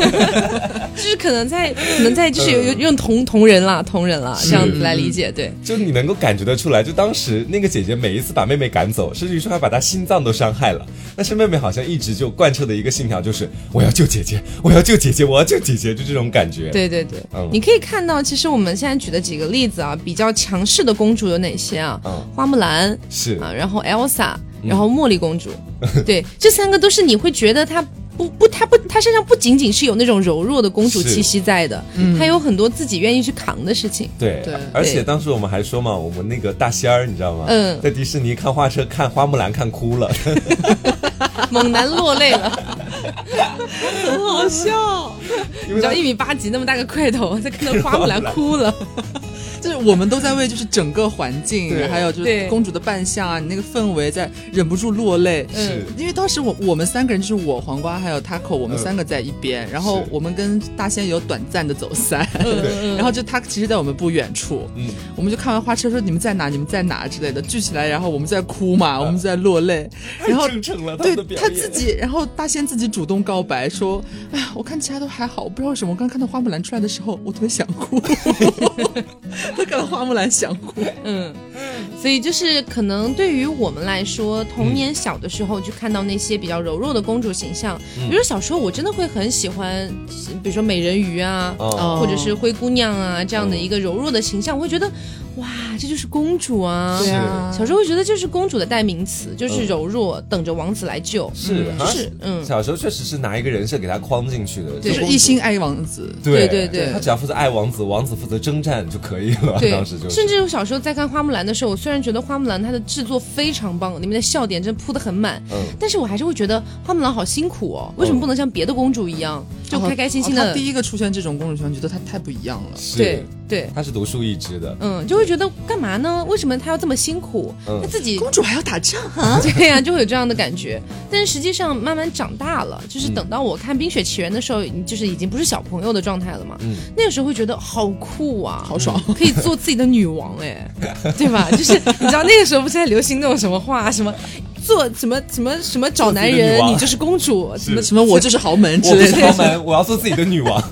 Speaker 4: 就是可能在可能在就是有
Speaker 2: 嗯
Speaker 4: 有用同同人啦，同人啦这样子来理解，对。
Speaker 2: 就你能够感觉得出来，就当时那个姐姐每一次把妹妹赶走，甚至于说还把她心脏都伤害了，但是妹妹好像一直就贯彻的一个信条就是我要救姐姐，我要救姐姐，我要救姐姐，就这种感觉。，
Speaker 4: 对对对，
Speaker 2: 嗯
Speaker 4: 你可以看到，其实我们现在举的几个例子啊，比较强势的公主有哪些啊？
Speaker 2: 嗯，
Speaker 4: 花木兰
Speaker 2: 是
Speaker 4: 啊，然后 Elsa，然后茉莉公主，对，这三个都是你会觉得她不不，她不，她身上不仅仅是有那种柔弱的公主
Speaker 2: 是
Speaker 4: 气息在的，她有很多自己愿意去扛的事情。
Speaker 2: 对，
Speaker 3: 对
Speaker 2: 而且
Speaker 4: 对
Speaker 2: 当时我们还说嘛，我们那个大仙儿，你知道吗？
Speaker 4: 嗯
Speaker 2: 在迪士尼看画册，看花木兰看哭 了，
Speaker 4: 猛男落泪了，很好笑。
Speaker 2: 因
Speaker 4: 你
Speaker 2: 为
Speaker 4: 知道
Speaker 2: 他
Speaker 4: 一米八几那么大个块头，在看到花木兰哭了。
Speaker 3: 就是我们都在为就是整个环境
Speaker 2: 对，
Speaker 3: 还有就是
Speaker 4: 对
Speaker 3: 公主的扮相啊，你那个氛围在忍不住落泪。
Speaker 4: 嗯
Speaker 2: 是
Speaker 3: 因为当时我我们三个人就是我黄瓜还有 Taco，我们
Speaker 2: 嗯
Speaker 3: 三个在一边，然后
Speaker 2: 是
Speaker 3: 我们跟大仙有短暂的走散，
Speaker 4: 嗯
Speaker 2: 对
Speaker 3: 然后就他其实，在我们不远处，
Speaker 2: 嗯，
Speaker 3: 我们就看完花车说你们在哪？你们在哪之类的，聚起来，然后我们在哭嘛，
Speaker 2: 啊
Speaker 3: 我们在落泪，然后
Speaker 2: 太。真诚了，他
Speaker 3: 对
Speaker 2: 们的表
Speaker 3: 他
Speaker 2: 演
Speaker 3: 自己，然后大仙自己主动告白说：“哎呀，我看其他都还好，不知道为什么，我刚看到花木兰出来的时候，我特别想哭。 他看到花木兰想哭，
Speaker 4: 嗯，所以就是可能对于我们来说，童年小的时候就看到那些比较柔弱的公主形象，
Speaker 2: 嗯
Speaker 4: 比如小时候我真的会很喜欢，比如说美人鱼啊，
Speaker 2: 哦
Speaker 4: 或者是灰姑娘啊这样的
Speaker 2: 嗯
Speaker 4: 一个柔弱的形象，我会觉得哇，这就是公主啊。
Speaker 2: 对
Speaker 3: 啊
Speaker 4: 小时候会觉得这是公主的代名词，就是
Speaker 2: 嗯
Speaker 4: 柔弱，等着王子来救。
Speaker 2: 是
Speaker 3: 嗯
Speaker 2: 啊
Speaker 4: 是嗯
Speaker 2: 小时候确实是拿一个人设给他框进去的，
Speaker 4: 对
Speaker 3: 就是一心爱王子。
Speaker 2: 对
Speaker 4: 对对对
Speaker 2: 他只要负责爱王子，王子负责征战就可以了。
Speaker 4: 对
Speaker 2: 当时，就是
Speaker 4: 甚至我小时候在看花木兰的时候，我虽然觉得花木兰它的制作非常棒，里面的笑点真的铺得很满，
Speaker 2: 嗯
Speaker 4: 但是我还是会觉得花木兰好辛苦哦，为什么不能像别的公主一样，就开开心心
Speaker 3: 哦他
Speaker 4: 的？
Speaker 3: 第一个出现这种公主形象，觉得她太不一样了。
Speaker 2: 是
Speaker 4: 对对，
Speaker 2: 他是独树一帜的，
Speaker 4: 嗯，就会觉得干嘛呢？为什么她要这么辛苦？
Speaker 2: 嗯
Speaker 4: 她自己
Speaker 3: 公主还要打仗，啊
Speaker 4: 对呀、就会有这样的感觉。但是实际上，慢慢长大了，就是
Speaker 2: 嗯
Speaker 4: 等到我看《冰雪奇缘》的时候，就是已经不是小朋友的状态了嘛。
Speaker 2: 嗯
Speaker 4: 那个时候会觉得好酷啊，
Speaker 3: 好爽。
Speaker 4: 可以做自己的女王 哎、对吧？就是你知道那个时候不是在流行那种什么话什么。做什么什么什么找男
Speaker 2: 做自己的女
Speaker 4: 人，
Speaker 2: 王
Speaker 4: 你就是公主，什 么
Speaker 3: 什么我就是豪门
Speaker 2: 我
Speaker 3: 之
Speaker 2: 不
Speaker 3: 类
Speaker 2: 是豪
Speaker 3: 的。
Speaker 2: 门，我要做自己的女 王。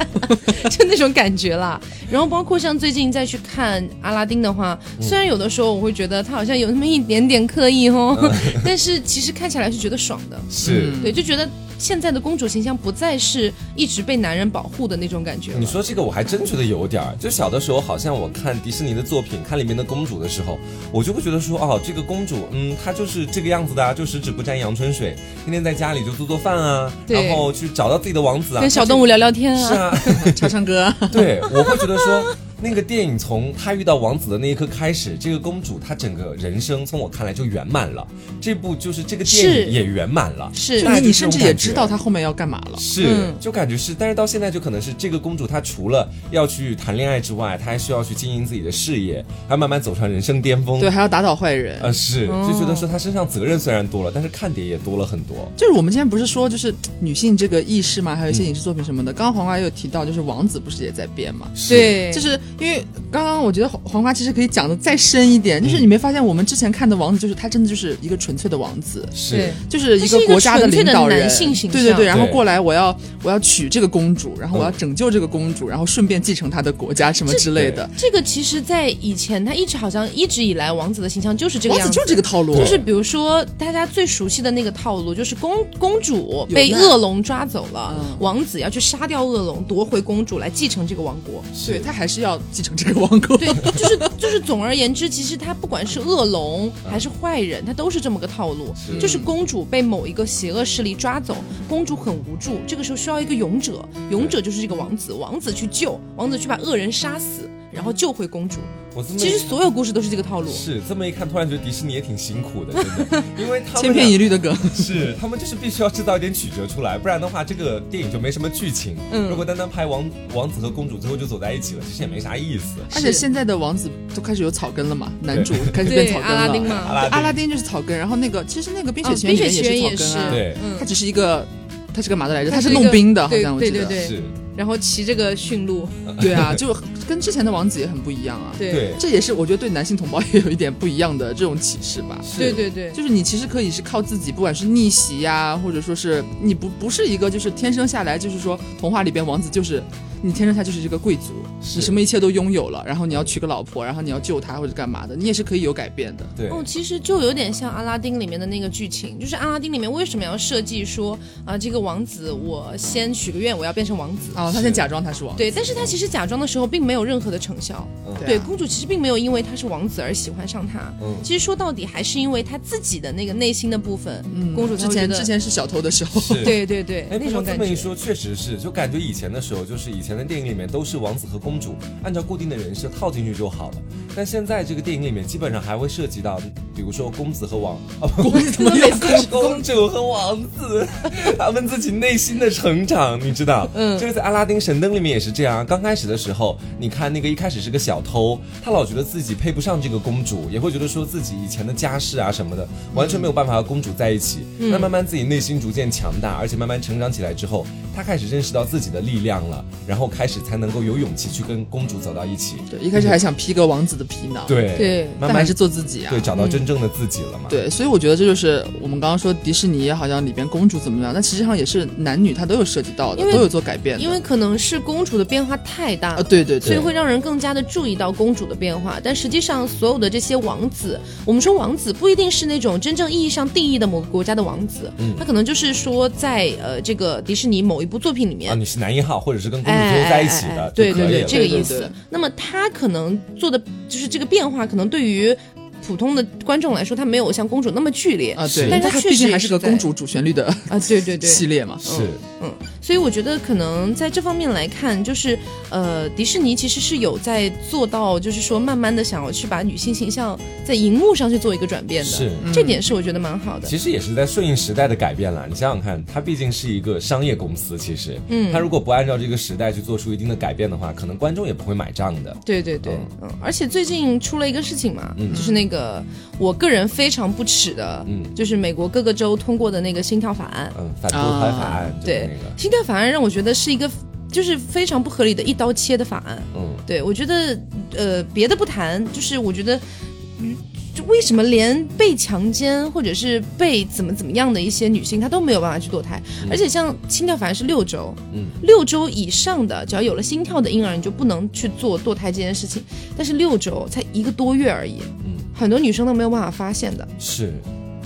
Speaker 4: 就那种感觉啦。然后包括像最近再去看阿拉丁的话，虽然有的时候我会觉得他好像有那么一点点刻意哦， 但是其实看起来是觉得爽的。
Speaker 2: 是，
Speaker 3: 嗯
Speaker 4: 对，就觉得现在的公主形象不再是一直被男人保护的那种感觉了。
Speaker 2: 你说这个我还真觉得有点儿。就小的时候，好像我看迪士尼的作品，看里面的公主的时候，我就会觉得说，哦，这个公主，嗯，她就是这个样子的啊，就十指不沾阳春水，天天在家里就做做饭啊，
Speaker 4: 对
Speaker 2: 然后去找到自己的王子啊，
Speaker 4: 跟小动物聊聊天
Speaker 2: 是
Speaker 4: 啊，
Speaker 2: 啊，
Speaker 3: 唱唱歌，
Speaker 2: 对，我会觉得说，那个电影从她遇到王子的那一刻开始，这个公主她整个人生从我看来就圆满了。这部就是这个电
Speaker 4: 是
Speaker 2: 影也圆满了，
Speaker 4: 是
Speaker 3: 就
Speaker 2: 大概
Speaker 3: 是
Speaker 2: 就
Speaker 3: 你
Speaker 2: 这
Speaker 3: 甚
Speaker 2: 种
Speaker 3: 至也
Speaker 2: 感觉
Speaker 3: 知道她后面要干嘛了。
Speaker 2: 是，
Speaker 4: 嗯
Speaker 2: 就感觉是，但是到现在就可能是这个公主她除了要去谈恋爱之外，她还需要去经营自己的事业，还慢慢走上人生巅峰。
Speaker 3: 对，，还要打倒坏人。
Speaker 2: 呃，是，就觉得说她身上责任虽然多了，但是看点也多了很多。
Speaker 3: 就是我们今天不是说就是女性这个意识嘛，还有
Speaker 2: 嗯
Speaker 3: 一些影视作品什么的。刚刚黄瓜也有提到，就是王子不是也在变嘛？
Speaker 2: 是，
Speaker 4: 对，
Speaker 3: 就是因为刚刚我觉得黄黄瓜其实可以讲的再深一点，就是你没发现我们之前看的王子，就是他真的就是一个纯粹的王子，
Speaker 2: 是
Speaker 4: 对，
Speaker 3: 就是一个国家领导人，
Speaker 4: 他是一个纯粹的男性形象
Speaker 3: 对对对，然后
Speaker 2: 对
Speaker 3: 过来我要我要娶这个公主，然后我要
Speaker 2: 嗯
Speaker 3: 拯救这个公主，然后顺便继承她的国家什么之类的。
Speaker 4: 这个其实，在以前他一直好像一直以来王子的形象就是这个
Speaker 3: 王
Speaker 4: 样
Speaker 3: 子
Speaker 4: 子，
Speaker 3: 就是这个套路，
Speaker 4: 就是比如说大家最熟悉的那个套路，就是公公主
Speaker 3: 有
Speaker 4: 被
Speaker 3: 难
Speaker 4: 恶龙抓走了，
Speaker 3: 嗯
Speaker 4: 王子要去杀掉恶龙，夺回公主来继承这个王国。
Speaker 3: 对他还是要继承这个王 国。
Speaker 4: 对，就是就是，总而言之，其实他不管是恶龙
Speaker 3: 嗯
Speaker 4: 还是坏人，他都是这么个套路，
Speaker 2: 是
Speaker 4: 就是公主被某一个邪恶势力抓走，公主很无助，这个时候需要一个勇者，勇者就是这个王子，王子去救，王子去把恶人杀死，然后救回公主。
Speaker 2: 我
Speaker 3: 嗯
Speaker 2: 这么
Speaker 4: 其实
Speaker 2: 一
Speaker 4: 所有故事都是这个套路，
Speaker 2: 是这么一看，突然觉得迪士尼也挺辛苦的，真的，因为他们
Speaker 3: 千篇一
Speaker 2: 律
Speaker 3: 律的 梗，
Speaker 2: 是他们就是必须要制造一点曲折出来，不然的话这个电影就没什么剧情。
Speaker 4: 嗯
Speaker 2: 如果单单拍王王子和公主最后就走在一起了，其实也没啥意思。
Speaker 3: 而且现在的王子都开始有草根了嘛，男主开始变
Speaker 4: 对
Speaker 3: 草根
Speaker 4: 阿拉丁
Speaker 3: 了。
Speaker 4: 嘛，
Speaker 2: 拉丁
Speaker 3: 阿拉丁就是草根，然后那个其实那个冰雪
Speaker 4: 啊
Speaker 3: 奇缘里面
Speaker 4: 冰雪奇缘
Speaker 3: 也是
Speaker 4: 也
Speaker 3: 草根啊，
Speaker 4: 是
Speaker 2: 对，
Speaker 4: 嗯
Speaker 3: 他只是一个，他是干嘛的来着？他
Speaker 4: 他
Speaker 3: 是
Speaker 4: 是一个
Speaker 3: 弄冰的，好
Speaker 4: 对
Speaker 3: 像我记
Speaker 4: 对
Speaker 3: 得。
Speaker 4: 对
Speaker 2: 是。
Speaker 4: 然后骑这个驯鹿，
Speaker 3: 对啊，就跟之前的王子也很不一样啊。
Speaker 2: 对，
Speaker 3: 这也是我觉得对男性同胞也有一点不一样的这种启示吧。
Speaker 4: 对对对，
Speaker 3: 就是你其实可以是靠自己，不管是逆袭呀、或者说是你不不是一个就是天生下来就是说童话里边王子就是你天生下就是一个贵族，
Speaker 2: 是
Speaker 3: 你什么一切都拥有了，然后你要娶个老婆，然后你要救她或者干嘛的，你也是可以有改变的。
Speaker 2: 对，
Speaker 4: 哦，其实就有点像阿拉丁里面的那个剧情，就是阿拉丁里面为什么要设计说啊、这个王子我先许个愿，我要变成王子。
Speaker 3: 哦，他
Speaker 2: 是
Speaker 3: 先假装他是王子，
Speaker 4: 对，但是他其实假装的时候并没有任何的成效。
Speaker 2: 嗯
Speaker 3: 对啊
Speaker 4: 对，公主其实并没有因为他是王子而喜欢上他。
Speaker 2: 嗯
Speaker 4: 其实说到底还是因为他自己的那个内心的部分，公主才
Speaker 3: 之
Speaker 4: 会觉
Speaker 3: 前
Speaker 4: 得
Speaker 3: 之前是小偷的时候，
Speaker 2: 是。
Speaker 4: 对对对，
Speaker 2: 哎，不
Speaker 4: 那
Speaker 2: 过
Speaker 4: 种
Speaker 2: 这
Speaker 4: 感
Speaker 2: 么一
Speaker 4: 觉。
Speaker 2: 说，确实是，就感觉以前的时候，就是以前的电影里面都是王子和公主，按照固定的人设套进去就好了。但现在这个电影里面，基本上还会涉及到，比如说公子和王啊，不，
Speaker 3: 公怎么又
Speaker 2: 公主和王子， 他们自己内心的成长，你知道？嗯，就是在《阿拉丁神灯》里面也是这样。刚开始的时候，你看那个一开始是个小偷，他老觉得自己配不上这个公主，也会觉得说自己以前的家世啊什么的，完全没有办法和公主在一起。
Speaker 4: 嗯
Speaker 2: 那慢慢自己内心逐渐强大，而且慢慢成长起来之后，他开始认识到自己的力量了，然后开始才能够有勇气去跟公主走到一起。
Speaker 3: 对，一开始还想披个王子的皮囊，，
Speaker 2: 对
Speaker 4: 对
Speaker 2: 慢
Speaker 3: 但
Speaker 2: 慢
Speaker 3: 还是做自己啊。
Speaker 2: 对找到真正的自己了嘛？
Speaker 3: 对，所以我觉得这就是我们刚刚说迪士尼好像里边公主怎么样，但实际上也是男女他都有涉及到的
Speaker 4: 因，为
Speaker 3: 都有做改变的。
Speaker 4: 因为可能是公主的变化太大
Speaker 3: 啊，
Speaker 4: 了，
Speaker 3: 对对
Speaker 4: 所以
Speaker 3: 对，
Speaker 4: 会让人更加的注意到公主的变化。但实际上，所有的这些王子，我们说王子不一定是那种真正意义上定义的某个国家的王子，
Speaker 2: 嗯
Speaker 4: 他可能就是说在呃这个迪士尼某一部作品里面
Speaker 2: 啊，。你是男一号，或者是跟公主最后在一起
Speaker 4: 哎哎哎哎
Speaker 2: 的，就
Speaker 4: 对
Speaker 2: 可以
Speaker 4: 对
Speaker 2: 了
Speaker 4: 这个意
Speaker 3: 对对
Speaker 4: 思
Speaker 3: 对。
Speaker 4: 那么他可能做的就是这个变化，可能对于普通的观众来说，他没有像公主那么剧烈
Speaker 3: 啊对，
Speaker 4: 但
Speaker 3: 它
Speaker 4: 他确
Speaker 3: 毕
Speaker 4: 实
Speaker 3: 竟
Speaker 4: 也
Speaker 3: 还是个
Speaker 4: 在
Speaker 3: 公主主旋律的
Speaker 4: 啊，对对 对，
Speaker 3: 系列嘛。
Speaker 2: 是。
Speaker 4: 嗯，所以我觉得可能在这方面来看，就是呃，迪士尼其实是有在做到，就是说慢慢的想要去把女性形象在荧幕上去做一个转变的，
Speaker 2: 是
Speaker 4: 这点是我觉得蛮好的。
Speaker 2: 其实也是在顺应时代的改变了。你想想看，它毕竟是一个商业公司，其实，嗯，它如果不按照这个时代去做出一定的改变的话，可能观众也不会买账的。
Speaker 4: 对对
Speaker 2: 哦
Speaker 4: 对，嗯，而且最近出了一个事情嘛，就是那个我个人非常不耻的，
Speaker 2: 嗯
Speaker 4: 就是美国各个州通过的那个心跳法案，
Speaker 2: 嗯，反堕胎法案、就是
Speaker 4: 对
Speaker 2: 那个，，
Speaker 4: 心跳法案让我觉得是一个就是非常不合理的一刀切的法案。
Speaker 2: 嗯，
Speaker 4: 对，我觉得呃，别的不谈，就是我觉得，嗯，就为什么连被强奸或者是被怎么怎么样的一些女性，她都没有办法去堕胎？而且像心跳法案是六周，
Speaker 2: 嗯，
Speaker 4: 六周以上的，只要有了心跳的婴儿，你就不能去做堕胎这件事情。但是六周才一个多月而已，
Speaker 2: 嗯，
Speaker 4: 很多女生都没有办法发现的，
Speaker 2: 是。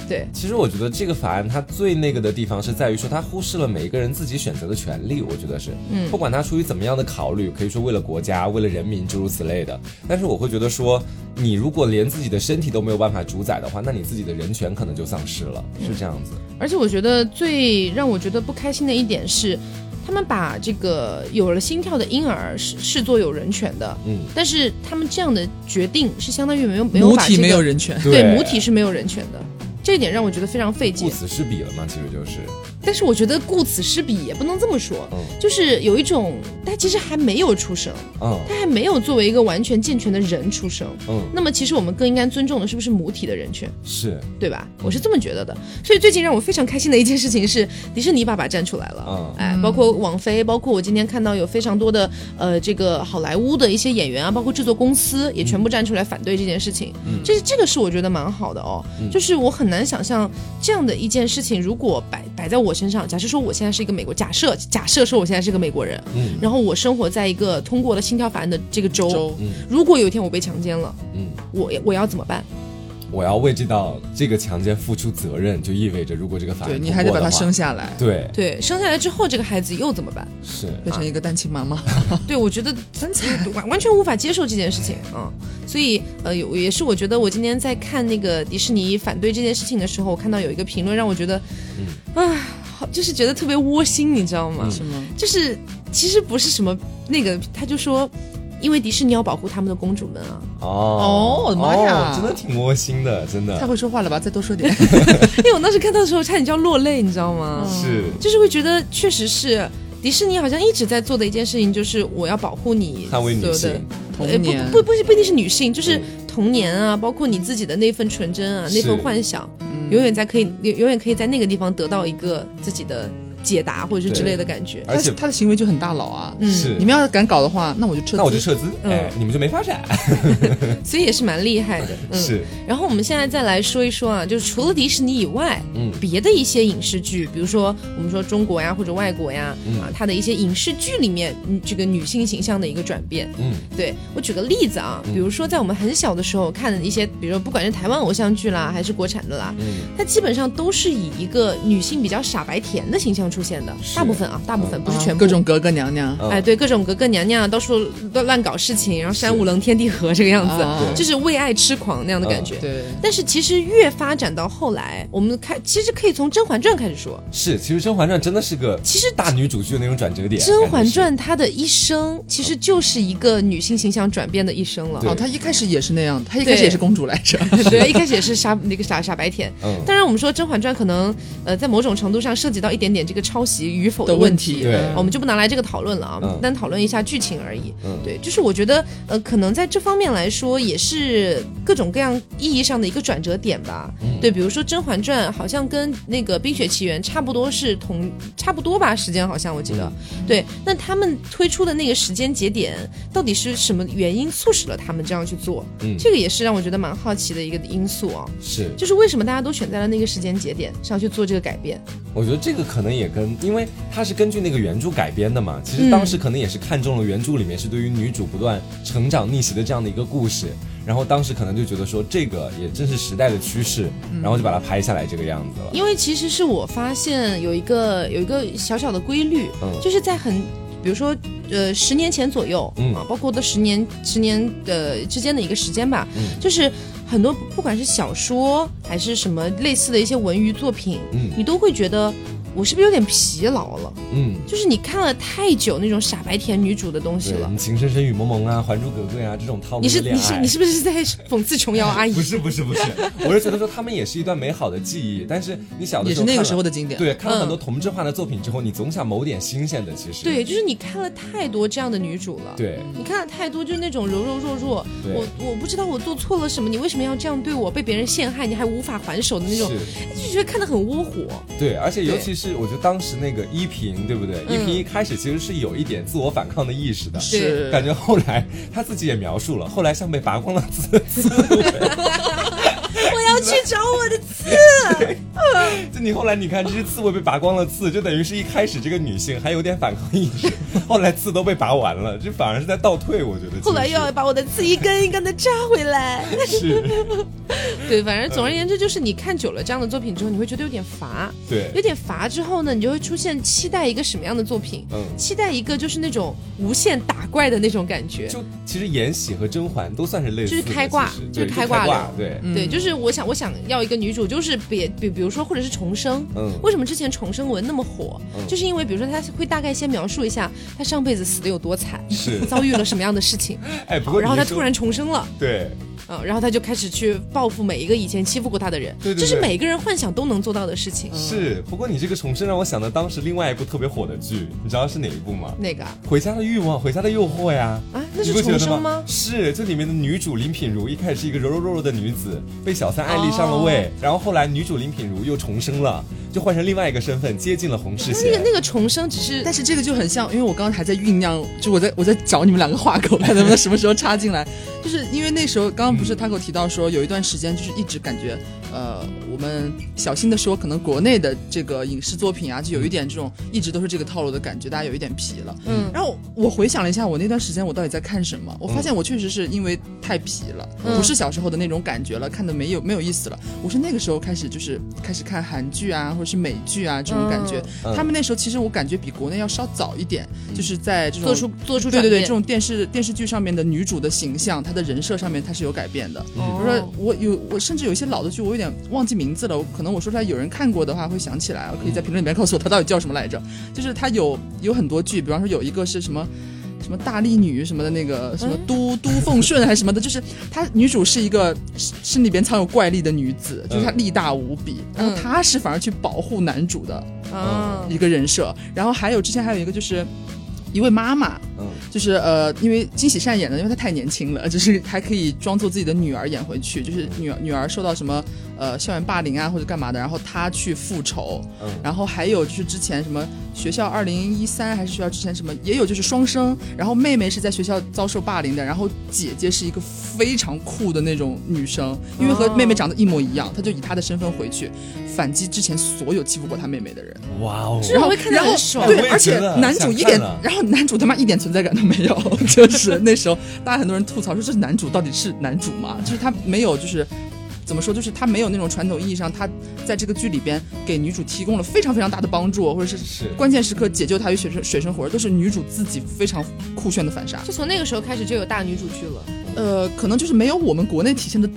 Speaker 4: 对。
Speaker 2: 其实我觉得这个法案它最那个的地方是在于说，它忽视了每一个人自己选择的权利。我觉得是，嗯，不管他出于怎么样的考虑，可以说为了国家、为了人民诸如此类的。但是我会觉得说，你如果连自己的身体都没有办法主宰的话，那你自己的人权可能就丧失了，是这样子。
Speaker 4: 而且我觉得最让我觉得不开心的一点是，他们把这个有了心跳的婴儿视视作有人权的，
Speaker 2: 嗯，
Speaker 4: 但是他们这样的决定是相当于没有没有
Speaker 3: 母
Speaker 4: 把、这
Speaker 3: 体
Speaker 4: 个、
Speaker 3: 没有人权，
Speaker 4: 对母体是没有人权的，这一点让我觉得非常费
Speaker 2: 顾
Speaker 4: 解。
Speaker 2: 此失彼了嘛，其实就是，
Speaker 4: 但是我觉得顾此失彼也不能这么说，
Speaker 2: 嗯
Speaker 4: 就是有一种他其实还没有出生，
Speaker 2: 嗯
Speaker 4: 他还没有作为一个完全健全的人出生。
Speaker 2: 嗯，
Speaker 4: 那么其实我们更应该尊重的是不是母体的人权，
Speaker 2: 是，
Speaker 4: 对吧？我是这么觉得的。所以最近让我非常开心的一件事情是，迪士尼爸爸站出来了。
Speaker 2: 嗯
Speaker 4: 哎，包括网飞，包括我今天看到有非常多的呃，这个好莱坞的一些演员啊，包括制作公司也全部站出来反对这件事情。嗯，这是这个是我觉得蛮好的哦，就是我很难想象这样的一件事情，如果摆摆在我身上，假设说我现在是一个美国，假设假设说我现在是个美国人，
Speaker 2: 嗯
Speaker 4: 然后我生活在一个通过了心跳法案的这个州，
Speaker 3: 州
Speaker 4: 如果有一天我被强奸了，
Speaker 2: 嗯，
Speaker 4: 我我要怎么办？
Speaker 2: 我要为这道这个强奸付出责任，就意味着如果这个法案
Speaker 3: 对你
Speaker 2: 哎通
Speaker 3: 还得
Speaker 2: 过
Speaker 3: 把
Speaker 2: 的
Speaker 3: 她
Speaker 2: 话啊
Speaker 3: 生，下来，
Speaker 2: 对，
Speaker 4: 对，生下来之后这个孩子又怎么办？
Speaker 2: 是，
Speaker 3: 变成一个单亲妈妈。
Speaker 2: 嗯
Speaker 4: 对，我觉得真完完全无法接受这件事情
Speaker 2: 嗯
Speaker 4: 啊、所以呃，有也是我觉得我今天在看那个迪士尼反对这件事情的时候，我看到有一个评论让我觉得，
Speaker 2: 嗯
Speaker 4: 啊，好，就是觉得特别窝心，你知道吗？
Speaker 3: 是吗？
Speaker 4: 就是其实不是什么那个，他就说，因为迪士尼要保护他们的公主们啊，
Speaker 2: 哦，
Speaker 3: 哦我的妈呀
Speaker 2: 哦真的挺窝心的，真
Speaker 3: 太
Speaker 2: 的
Speaker 3: 会说话了吧？再多说点。
Speaker 4: 哎因为我当时看到的时候差点就要落泪，你知道吗？
Speaker 2: 是，
Speaker 4: 就是会觉得确实是。迪士尼好像一直在做的一件事情，就是我要保护你
Speaker 2: 捍卫女
Speaker 4: 所有的
Speaker 2: 性，
Speaker 3: 童
Speaker 4: 呃，不
Speaker 3: 年
Speaker 4: 不不不不一定是女性，就是
Speaker 2: 嗯
Speaker 4: 童年啊，包括你自己的那份纯真啊，
Speaker 2: 是嗯
Speaker 3: 嗯
Speaker 4: 那份幻想，永远在可以永永远可以在那个地方得到一个自己的解答或者是之
Speaker 2: 对
Speaker 4: 类的感觉。
Speaker 2: 而且
Speaker 3: 他他的行为就很大佬啊。
Speaker 4: 嗯
Speaker 2: 是
Speaker 3: 你们要是敢搞的话，那我就撤资。
Speaker 2: 那我就撤资，
Speaker 4: 嗯
Speaker 2: 哎，你们就没发展，
Speaker 4: 所以也是蛮厉害的。嗯、。
Speaker 2: 是
Speaker 4: 然后我们现在再来说一说啊，就是除了迪士尼以外，
Speaker 2: 嗯
Speaker 4: 别的一些影视剧，比如说我们说中国呀或者外国呀，
Speaker 2: 嗯
Speaker 4: 啊，它的一些影视剧里面，嗯这个女性形象的一个转变。
Speaker 2: 嗯
Speaker 4: 对我举个例子啊，
Speaker 2: 嗯
Speaker 4: 比如说在我们很小的时候看的一些，比如说不管是台湾偶像剧啦，还是国产的啦，
Speaker 2: 嗯
Speaker 4: 它基本上都是以一个女性比较傻白甜的形象出现的，
Speaker 2: 是
Speaker 4: 大部分啊，大部分不是全
Speaker 3: 嗯
Speaker 4: 部。
Speaker 3: 各种格格娘娘。
Speaker 2: 嗯
Speaker 4: 哎，对，各种格格娘啊娘到处乱乱搞事情，然后山无棱天地合这个样子，
Speaker 3: 啊对
Speaker 4: 就是为爱痴狂那样的感觉。
Speaker 3: 嗯对，
Speaker 4: 但是其实越发展到后来，我们看其实可以从《甄嬛传》开始说，
Speaker 2: 是，其实《甄嬛传》真的是个
Speaker 4: 其实
Speaker 2: 大女主剧的那种转折点，
Speaker 4: 《甄
Speaker 2: 感
Speaker 4: 嬛
Speaker 2: 觉是
Speaker 4: 传》她的一生其实就是一个女性形象转变的一生了。
Speaker 2: 对
Speaker 3: 哦，她一开始也是那样，她一开始也是公主来着。
Speaker 4: 对，一开始也是傻那个傻傻白甜。
Speaker 2: 嗯
Speaker 4: 当然，我们说《甄嬛传》可能呃在某种程度上涉及到一点点这个抄袭与否
Speaker 3: 的
Speaker 4: 问
Speaker 3: 问
Speaker 4: 题
Speaker 3: 题，
Speaker 2: 对
Speaker 3: 嗯
Speaker 4: 我们就不拿来这个讨论了啊，我们
Speaker 2: 嗯
Speaker 4: 单讨论一下剧情而已。
Speaker 2: 嗯
Speaker 4: 对，就是我觉得呃，可能在这方面来说，也是各种各样意义上的一个转折点吧。
Speaker 2: 嗯
Speaker 4: 对，比如说《甄嬛传》，好像跟那个《冰雪奇缘》差不多是同差不多吧，时间好像我记得。
Speaker 2: 嗯
Speaker 4: 对，那他们推出的那个时间节点，到底是什么原因促使了他们这样去做？
Speaker 2: 嗯
Speaker 4: 这个也是让我觉得蛮好奇的一个因素啊、
Speaker 2: 是
Speaker 4: 就是为什么大家都选在了那个时间节点上去做这个改变？
Speaker 2: 我觉得这个可能也跟，因为它是根据那个原著改编的嘛，其实当时可能也是看中了原著里面是对于女主不断成长逆袭的这样的一个故事，然后当时可能就觉得说这个也真是时代的趋势，然后就把它拍下来这个样子了。
Speaker 4: 因为其实是我发现有一个有一个小小的规律，
Speaker 2: 嗯
Speaker 4: 就是在很。比如说，呃，十年前左右，
Speaker 2: 嗯
Speaker 4: 啊，包括的十年、十年的呃之间的一个时间吧，
Speaker 2: 嗯
Speaker 4: 就是很多不管是小说还是什么类似的一些文娱作品，
Speaker 2: 嗯
Speaker 4: 你都会觉得我是不是有点疲劳了？
Speaker 2: 嗯，
Speaker 4: 就是你看了太久那种傻白甜女主的东西
Speaker 2: 对，
Speaker 4: 了
Speaker 2: 你，情深深雨蒙蒙啊，还珠格格呀、这种套路
Speaker 4: 你
Speaker 2: 的
Speaker 4: 是
Speaker 2: 恋
Speaker 4: 你是
Speaker 2: 爱
Speaker 4: 你。是不是在讽刺琼瑶阿姨
Speaker 2: 不？是不是不是，我是觉得说他们也是一段美好的记忆，但是你小的时
Speaker 3: 也是
Speaker 2: 候
Speaker 3: 那个
Speaker 2: 看
Speaker 3: 时候
Speaker 2: 了
Speaker 3: 的经典。
Speaker 2: 对看了很
Speaker 4: 嗯
Speaker 2: 多同质化的作品之后，你总想谋点新鲜的，其实
Speaker 4: 对，就是你看了太多这样的女主了，
Speaker 2: 对
Speaker 4: 你看了太多，就是那种柔柔弱弱，
Speaker 2: 对
Speaker 4: 我我不知道我做错了什么，你为什么要这样对我？被别人陷害，你还无法还手的那种，
Speaker 2: 是
Speaker 4: 就觉得看得很窝火。
Speaker 2: 对，而且尤
Speaker 4: 对嗯
Speaker 2: 其是我觉得当时那个依萍，对不对？依萍一开始其实是有一点自我反抗的意识的，
Speaker 3: 是
Speaker 2: 感觉后来她自己也描述了，后来像被拔光了刺，
Speaker 4: 我要去找我 的刺，
Speaker 2: 就你后来你看这只刺猬被拔光了刺，就等于是一开始这个女性还有点反抗意 识，后来刺都被拔完了，这反而是在倒退，我觉得。
Speaker 4: 后来
Speaker 2: 其
Speaker 4: 又
Speaker 2: 实
Speaker 4: 要把我的刺一根一根的扎回来。
Speaker 2: 是，
Speaker 4: 对，反正总而言之，就是你看久了这样的作品之后，你会觉得有点乏，
Speaker 2: 对
Speaker 4: 有，点乏之后呢，你就会出现期待一个什么样的作品？
Speaker 2: 嗯
Speaker 4: 期待一个就是那种无限打怪的那种感觉。
Speaker 2: 就其实延禧和甄嬛都算是类似
Speaker 4: 就
Speaker 2: 的，
Speaker 4: 是开挂
Speaker 2: 其实
Speaker 4: 就是
Speaker 2: 对
Speaker 4: 开
Speaker 2: 开
Speaker 4: 挂
Speaker 2: 挂
Speaker 4: 了，
Speaker 2: 对，
Speaker 3: 嗯
Speaker 4: 对，就是我想，我想要一个女主，就是别比，比如说，或者是重生。
Speaker 2: 嗯
Speaker 4: 为什么之前重生文那么火？
Speaker 2: 嗯
Speaker 4: 就是因为，比如说，她会大概先描述一下她上辈子死的有多惨，
Speaker 2: 是
Speaker 4: 遭遇了什么样的事情，
Speaker 2: 哎，不过
Speaker 4: 然后她
Speaker 2: 你一说
Speaker 4: 突然重生了，
Speaker 2: 对，
Speaker 4: 嗯，然后她就开始去报复每一个以前欺负过她的人，
Speaker 2: 对对
Speaker 4: 这是
Speaker 2: 对嗯
Speaker 4: 每个人幻想都能做到的事情。
Speaker 2: 是，不过你这个重生让我想到当时另外一部特别火的剧，你知道是哪一部吗？
Speaker 4: 那个啊，
Speaker 2: 《回家的欲望》《回家的诱惑》呀。
Speaker 4: 啊那是
Speaker 2: 你不觉得
Speaker 4: 重生吗
Speaker 2: 是，这里面的女主林品如一开始是一个柔柔弱弱的女子，被小三爱丽上了位，然后后来女主林品如又重生了，就换成另外一个身份，接近了洪世
Speaker 4: 那个
Speaker 2: 贤。
Speaker 4: 那个重生只是
Speaker 3: 但是这个就很像，因为我刚刚还在酝酿，就我在我在找你们两个话口，看能不能什么时候插进来。就是因为那时候刚刚不是他给我提到说，有一段时间就是一直感觉，呃，我们小心的说，可能国内的这个影视作品啊，就有一点这种一直都是这个套路的感觉，大家有一点疲了。
Speaker 4: 嗯
Speaker 3: 然后我回想了一下，我那段时间我到底在看什么？我发现我确实是因为太疲了，
Speaker 4: 嗯
Speaker 3: 不是小时候的那种感觉了，看的没有没有意思了。我是那个时候开始就是开始看韩剧啊，或者是美剧啊这种感觉。
Speaker 2: 嗯
Speaker 3: 他们那时候其实我感觉比国内要稍早一点，就是在这种
Speaker 4: 做出做出
Speaker 3: 对
Speaker 4: 转
Speaker 3: 对
Speaker 4: 变。
Speaker 3: 对这种电视电视剧上面的女主的形象，她的人设上面它是有改变的。
Speaker 4: 哦，
Speaker 3: 比如说我有我甚至有一些老的剧，我有点忘记名字了。我可能我说出来，有人看过的话会想起来，可以在评论里面告诉我它到底叫什么来着。就是它有有很多剧，比方说有一个是什么。什么大力女什么的那个什
Speaker 4: 嗯
Speaker 3: 么都、都奉顺还是什么的，就是她女主是一个是是里边藏有怪力的女子，就是她
Speaker 2: 嗯
Speaker 3: 力大无比，然后她是反而去保护男主的
Speaker 4: 啊
Speaker 2: 哦
Speaker 3: 一个人设，然后还有之前还有一个就是一位妈妈，
Speaker 2: 嗯
Speaker 3: 就是呃，因为金喜善演的，因为她太年轻了， 就是还可以装作自己的女儿演回去，就是女儿女儿受到什么呃校园霸凌啊或者干嘛的，然后她去复仇，
Speaker 2: 嗯
Speaker 3: 然后还有就是之前什么学校二零一三还是学校之前什么，也有就是双生，然后妹妹是在学校遭受霸凌的，然后姐姐是一个非常酷的那种女生，因为和妹妹长得一模一样，她就以她的身份回去反击之前所有欺负过她妹妹的人。
Speaker 2: 哇哦，
Speaker 4: 这我会看得
Speaker 3: 然后
Speaker 4: 很爽。
Speaker 2: 我
Speaker 3: 对，
Speaker 2: 也
Speaker 3: 而且
Speaker 2: 觉得
Speaker 3: 男主
Speaker 2: 想
Speaker 3: 一点
Speaker 2: 看了，
Speaker 3: 然后男主他妈一点存在感都没有， 就是那时候大家很多人吐槽说这男主到底是男主吗？就是他没有就是。怎么说？就是他没有那种传统意义上，他在这个剧里边给女主提供了非常非常大的帮助，或者是
Speaker 2: 是
Speaker 3: 关键时刻解救她于水深水深火热，都是女主自己非常酷炫的反杀。
Speaker 4: 就从那个时候开始就有大女主剧了，
Speaker 3: 呃，可能就是没有我们国内体现的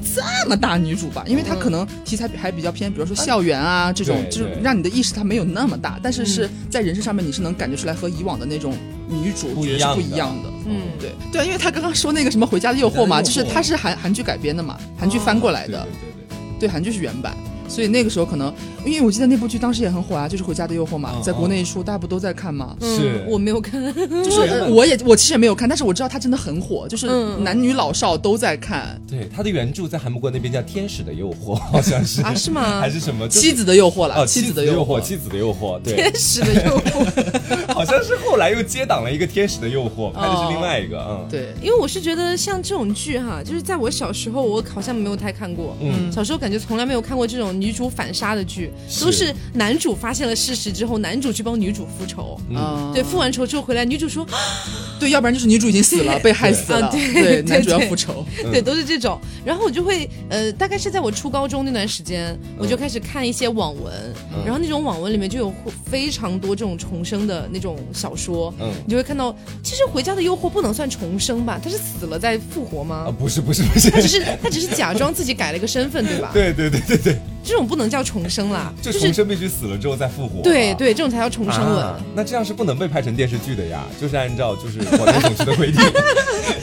Speaker 3: 这么大女主吧，因为
Speaker 4: 嗯
Speaker 3: 她可能题材还比较偏，比如说校园啊这种，
Speaker 2: 对
Speaker 3: 就是
Speaker 2: 对
Speaker 3: 让你的意识它没有那么大，但是
Speaker 4: 嗯
Speaker 3: 是在人生上面你是能感觉出来和以往的那种女主
Speaker 2: 不一
Speaker 3: 角是
Speaker 2: 样
Speaker 3: 不
Speaker 2: 的
Speaker 3: 一样的。
Speaker 4: 嗯，
Speaker 3: 对对，因为她刚刚说那个什么《回家的诱惑》嘛，
Speaker 2: 回家的诱惑
Speaker 3: 就是它是韩韩剧改编的
Speaker 4: 哦
Speaker 3: 嘛，韩剧翻过来
Speaker 2: 对
Speaker 3: 的，
Speaker 2: 对对对
Speaker 3: 对韩剧是原版，所以那个时候可能，因为我记得那部剧当时也很火啊，就是《回家的诱惑》嘛，
Speaker 2: 嗯
Speaker 3: 在国内一出大家不都在看嘛，
Speaker 4: 嗯
Speaker 2: 是
Speaker 4: 我没有看，
Speaker 3: 就是
Speaker 2: 原版
Speaker 3: 我也我其实也没有看，但是我知道它真的很火，就是
Speaker 4: 嗯
Speaker 3: 男女老少都在看。
Speaker 2: 对，他的原著在韩国那边叫《天使的诱惑》，好像是
Speaker 4: 啊是吗
Speaker 2: 还是什么？就是
Speaker 3: 妻子的诱惑了，
Speaker 2: 哦，
Speaker 3: 妻
Speaker 2: 妻
Speaker 3: 子的
Speaker 2: 诱
Speaker 3: 惑，
Speaker 2: 妻子的诱惑，对
Speaker 4: 天，使的诱惑。
Speaker 2: 好像是后来又接档了一个《天使的诱惑》，拍的是另外一个，嗯，
Speaker 3: 对，
Speaker 4: 因为我是觉得像这种剧哈，就是在我小时候，我好像没有太看过。
Speaker 2: 嗯
Speaker 4: 小时候感觉从来没有看过这种女主反杀的剧，
Speaker 2: 是
Speaker 4: 都是男主发现了事实之后，男主去帮女主复仇。
Speaker 2: 嗯，
Speaker 3: 嗯，
Speaker 4: 对，复完仇之后回来，女主说，
Speaker 3: 对，要不然就是女主已经死了， 被害死了，
Speaker 4: 啊对对
Speaker 3: 男主要
Speaker 4: 对
Speaker 3: 复 仇，
Speaker 2: 嗯
Speaker 4: 对，都是这种。然后我就会，呃，大概是在我初高中那段时间，我就开始看一些网文，
Speaker 2: 嗯
Speaker 4: 然后那种网文里面就有非常多这种重生的那种小说，
Speaker 2: 嗯
Speaker 4: 你就会看到，其实《回家的诱惑》不能算重生吧？他是死了再复活
Speaker 2: 啊，
Speaker 4: 吗？
Speaker 2: 不是不是不是
Speaker 4: 他，只是 他只是假装自己改了一个身份，对吧？
Speaker 2: 对对对对对，
Speaker 4: 这种不能叫重生啦，
Speaker 2: 就是重生必须死了之后再复活，
Speaker 4: 对。对，这种才叫重生文。
Speaker 2: 啊，那这样是不能被拍成电视剧的呀，就是按照就是广电总局的 规定。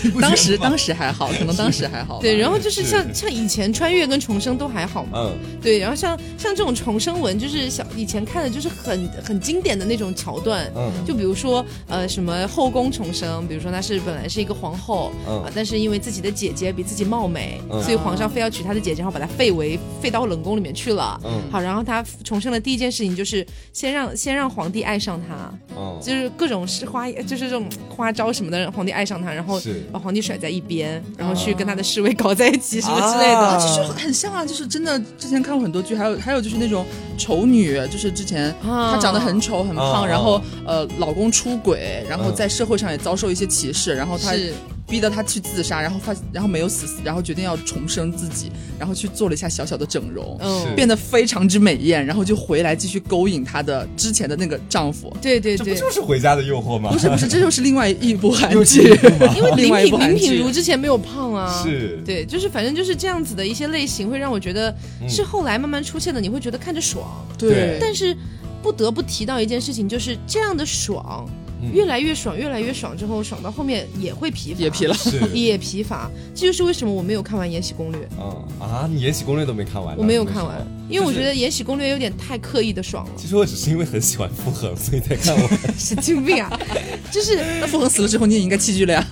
Speaker 2: 你不觉得吗
Speaker 3: 当时当时还好，可能当时还好吧，
Speaker 4: 对，然后就是
Speaker 2: 是
Speaker 4: 像像以前穿越跟重生都还好嘛，
Speaker 2: 嗯，
Speaker 4: 对，然后像像这种重生文，就是小以前看的就是很很经典的那种桥段，
Speaker 2: 嗯
Speaker 4: 就比如说呃什么后宫重生，比如说她是本来是一个皇后，
Speaker 2: 嗯
Speaker 4: 啊，但是因为自己的姐姐比自己貌美，
Speaker 2: 嗯
Speaker 4: 所以皇上非要娶她的姐姐，然后把她废为废到冷宫里面去了。
Speaker 2: 嗯
Speaker 4: 好，然后她重生的第一件事情就是先让先让皇帝爱上她，
Speaker 2: 嗯，
Speaker 4: 就是各种是花，就是这种花招什么的，让皇帝爱上她，然后
Speaker 2: 是
Speaker 4: 把皇帝甩在一边，然后去跟他的侍卫搞在一起什么之类的。
Speaker 2: 啊
Speaker 3: 其实很像啊，就是真的，之前看过很多剧，还有还有就是那种丑女，就是之前
Speaker 4: 啊
Speaker 3: 她长得很丑很
Speaker 2: 啊
Speaker 3: 胖，
Speaker 2: 啊
Speaker 3: 然后呃老公出轨，然后
Speaker 2: 嗯
Speaker 3: 在社会上也遭受一些歧视，然后她
Speaker 4: 是
Speaker 3: 逼到她去自杀，然后发然后没有死，然后决定要重生自己，然后去做了一下小小的整容，
Speaker 2: 是
Speaker 4: 嗯，
Speaker 3: 变得非常之美艳，然后就回来继续勾引她的之前的那个丈夫。
Speaker 4: 对对
Speaker 2: 这不
Speaker 4: 对。
Speaker 2: 就是回家的诱惑吗？
Speaker 3: 不是不是，这就是另外一部韩
Speaker 2: 又是
Speaker 3: 剧
Speaker 2: 一部吗，
Speaker 4: 因为
Speaker 3: 另
Speaker 4: 林
Speaker 3: 外一部
Speaker 4: 品
Speaker 3: 韩
Speaker 4: 林
Speaker 3: 剧
Speaker 4: 品如之前没有胖啊，
Speaker 2: 是
Speaker 4: 对，就是反正就是这样子的一些类型，会让我觉得
Speaker 2: 嗯
Speaker 4: 是后来慢慢出现的，你会觉得看着爽。
Speaker 2: 对
Speaker 4: 但是不得不提到一件事情，就是这样的爽，
Speaker 2: 嗯
Speaker 4: 越来越爽，越来越爽之后，爽到后面也会疲乏，
Speaker 3: 也疲了，
Speaker 2: 是
Speaker 4: 也疲乏。这就是为什么我没有看完《延禧攻略》，
Speaker 2: 嗯啊，你《延禧攻略》都没看完呢？
Speaker 4: 我没有
Speaker 2: 为什
Speaker 4: 看
Speaker 2: 么
Speaker 4: 完，因为我
Speaker 2: 就是
Speaker 4: 觉得《延禧攻略》有点太刻意的爽 了，
Speaker 2: 其实我只是因为很喜欢傅恒，所以才看完。
Speaker 4: 神经病啊！ 就是
Speaker 3: 那傅恒死了之后，你也应该弃剧了呀。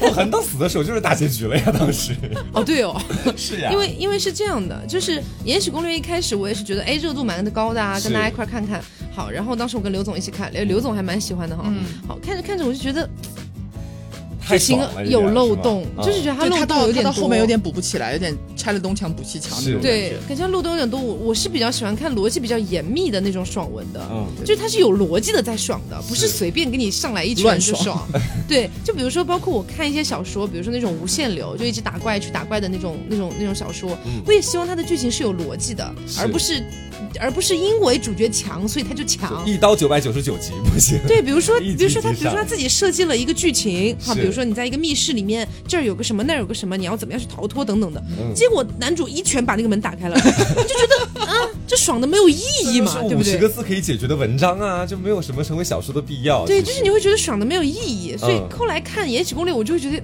Speaker 2: 傅恒到死的时候就是大结局了呀，当时
Speaker 4: 哦，对哦。
Speaker 2: 是呀，
Speaker 4: 因为因为是这样的，就是《延禧攻略》一开始我也是觉得，哎，热度蛮高的啊，
Speaker 2: 是
Speaker 4: 跟大家一块儿看看。好，然后当时我跟刘总一起看，刘刘总还蛮喜欢的哈。
Speaker 3: 嗯
Speaker 4: 好看着看着我就觉得
Speaker 2: 太
Speaker 4: 剧情
Speaker 2: 爽了，
Speaker 4: 有漏洞，就是
Speaker 2: 得
Speaker 4: 觉得它
Speaker 3: 就
Speaker 4: 漏
Speaker 3: 他
Speaker 4: 洞
Speaker 3: 到
Speaker 4: 有
Speaker 3: 他
Speaker 4: 点
Speaker 3: 到
Speaker 4: 多。
Speaker 3: 后面有点补不起来，有点拆了东墙补西墙
Speaker 2: 是
Speaker 3: 那种感
Speaker 4: 对
Speaker 3: 觉。，
Speaker 4: 感觉漏洞有点多。我我是比较喜欢看逻辑比较严密的那种爽文的。
Speaker 2: 嗯
Speaker 4: 就是它是有逻辑的在爽的，不是
Speaker 2: 是
Speaker 4: 随便给你上来一拳
Speaker 3: 乱
Speaker 4: 就
Speaker 3: 爽
Speaker 4: 爽。对，就比如说，包括我看一些小说，比如说那种无限流，就一直打怪去打怪的那种、那种、那种小说，
Speaker 2: 嗯
Speaker 4: 我也希望它的剧情是有逻辑的，
Speaker 2: 是
Speaker 4: 而不是而不是因为主角强，所以他就强。
Speaker 2: 一刀九百九十九集不行。
Speaker 4: 对，比如说，
Speaker 2: 一集
Speaker 4: 比如说他，
Speaker 2: 一集
Speaker 4: 比如说他
Speaker 2: 上
Speaker 4: 自己设计了一个剧情，好，
Speaker 2: 是
Speaker 4: 比如说你在一个密室里面，这儿有个什么，那儿有个什么，你要怎么样去逃脱等等的。
Speaker 2: 嗯
Speaker 4: 结果男主一拳把那个门打开了，你就 觉得啊，这爽的没有意义 嘛，对
Speaker 2: 五
Speaker 4: 不
Speaker 2: 十
Speaker 4: 对
Speaker 2: 个？字可以解决的文章啊，就没有什么成为小说的必要。
Speaker 4: 对，
Speaker 2: 其
Speaker 4: 就
Speaker 2: 实
Speaker 4: 是你会觉得爽的没有意义，所以
Speaker 2: 嗯
Speaker 4: 后来看《延禧攻略》，我就会觉得，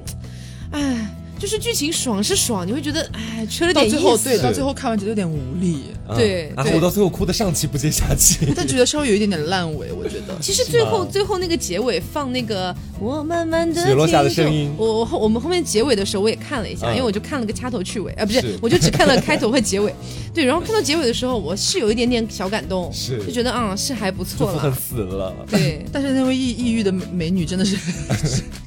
Speaker 4: 哎，就是剧情爽是爽，你会觉得哎缺了
Speaker 3: 到
Speaker 4: 点
Speaker 3: 最后，
Speaker 4: 意思。
Speaker 3: 对，到最后看完觉得有点无力，
Speaker 2: 嗯
Speaker 4: 对
Speaker 2: 啊，
Speaker 4: 对
Speaker 2: 我到最后哭的上气不接下气。
Speaker 3: 但觉得稍微有一点点烂尾，我觉得。
Speaker 4: 其实最后
Speaker 2: 是吗
Speaker 4: 最后那个结尾放那个我慢慢的
Speaker 2: 雪落下的声音
Speaker 4: 我我后我们后面结尾的时候我也看了一下，
Speaker 2: 嗯
Speaker 4: 因为我就看了个掐头去尾啊，不是，
Speaker 2: 是
Speaker 4: 我就只看了开头和结尾。对，然后看到结尾的时候，我是有一点点小感动，
Speaker 2: 是
Speaker 4: 就觉得啊、嗯是还不
Speaker 2: 祝
Speaker 4: 错
Speaker 2: 福很
Speaker 4: 了。
Speaker 2: 死了。
Speaker 4: 对，
Speaker 3: 但是那位抑抑郁的美美女 真的是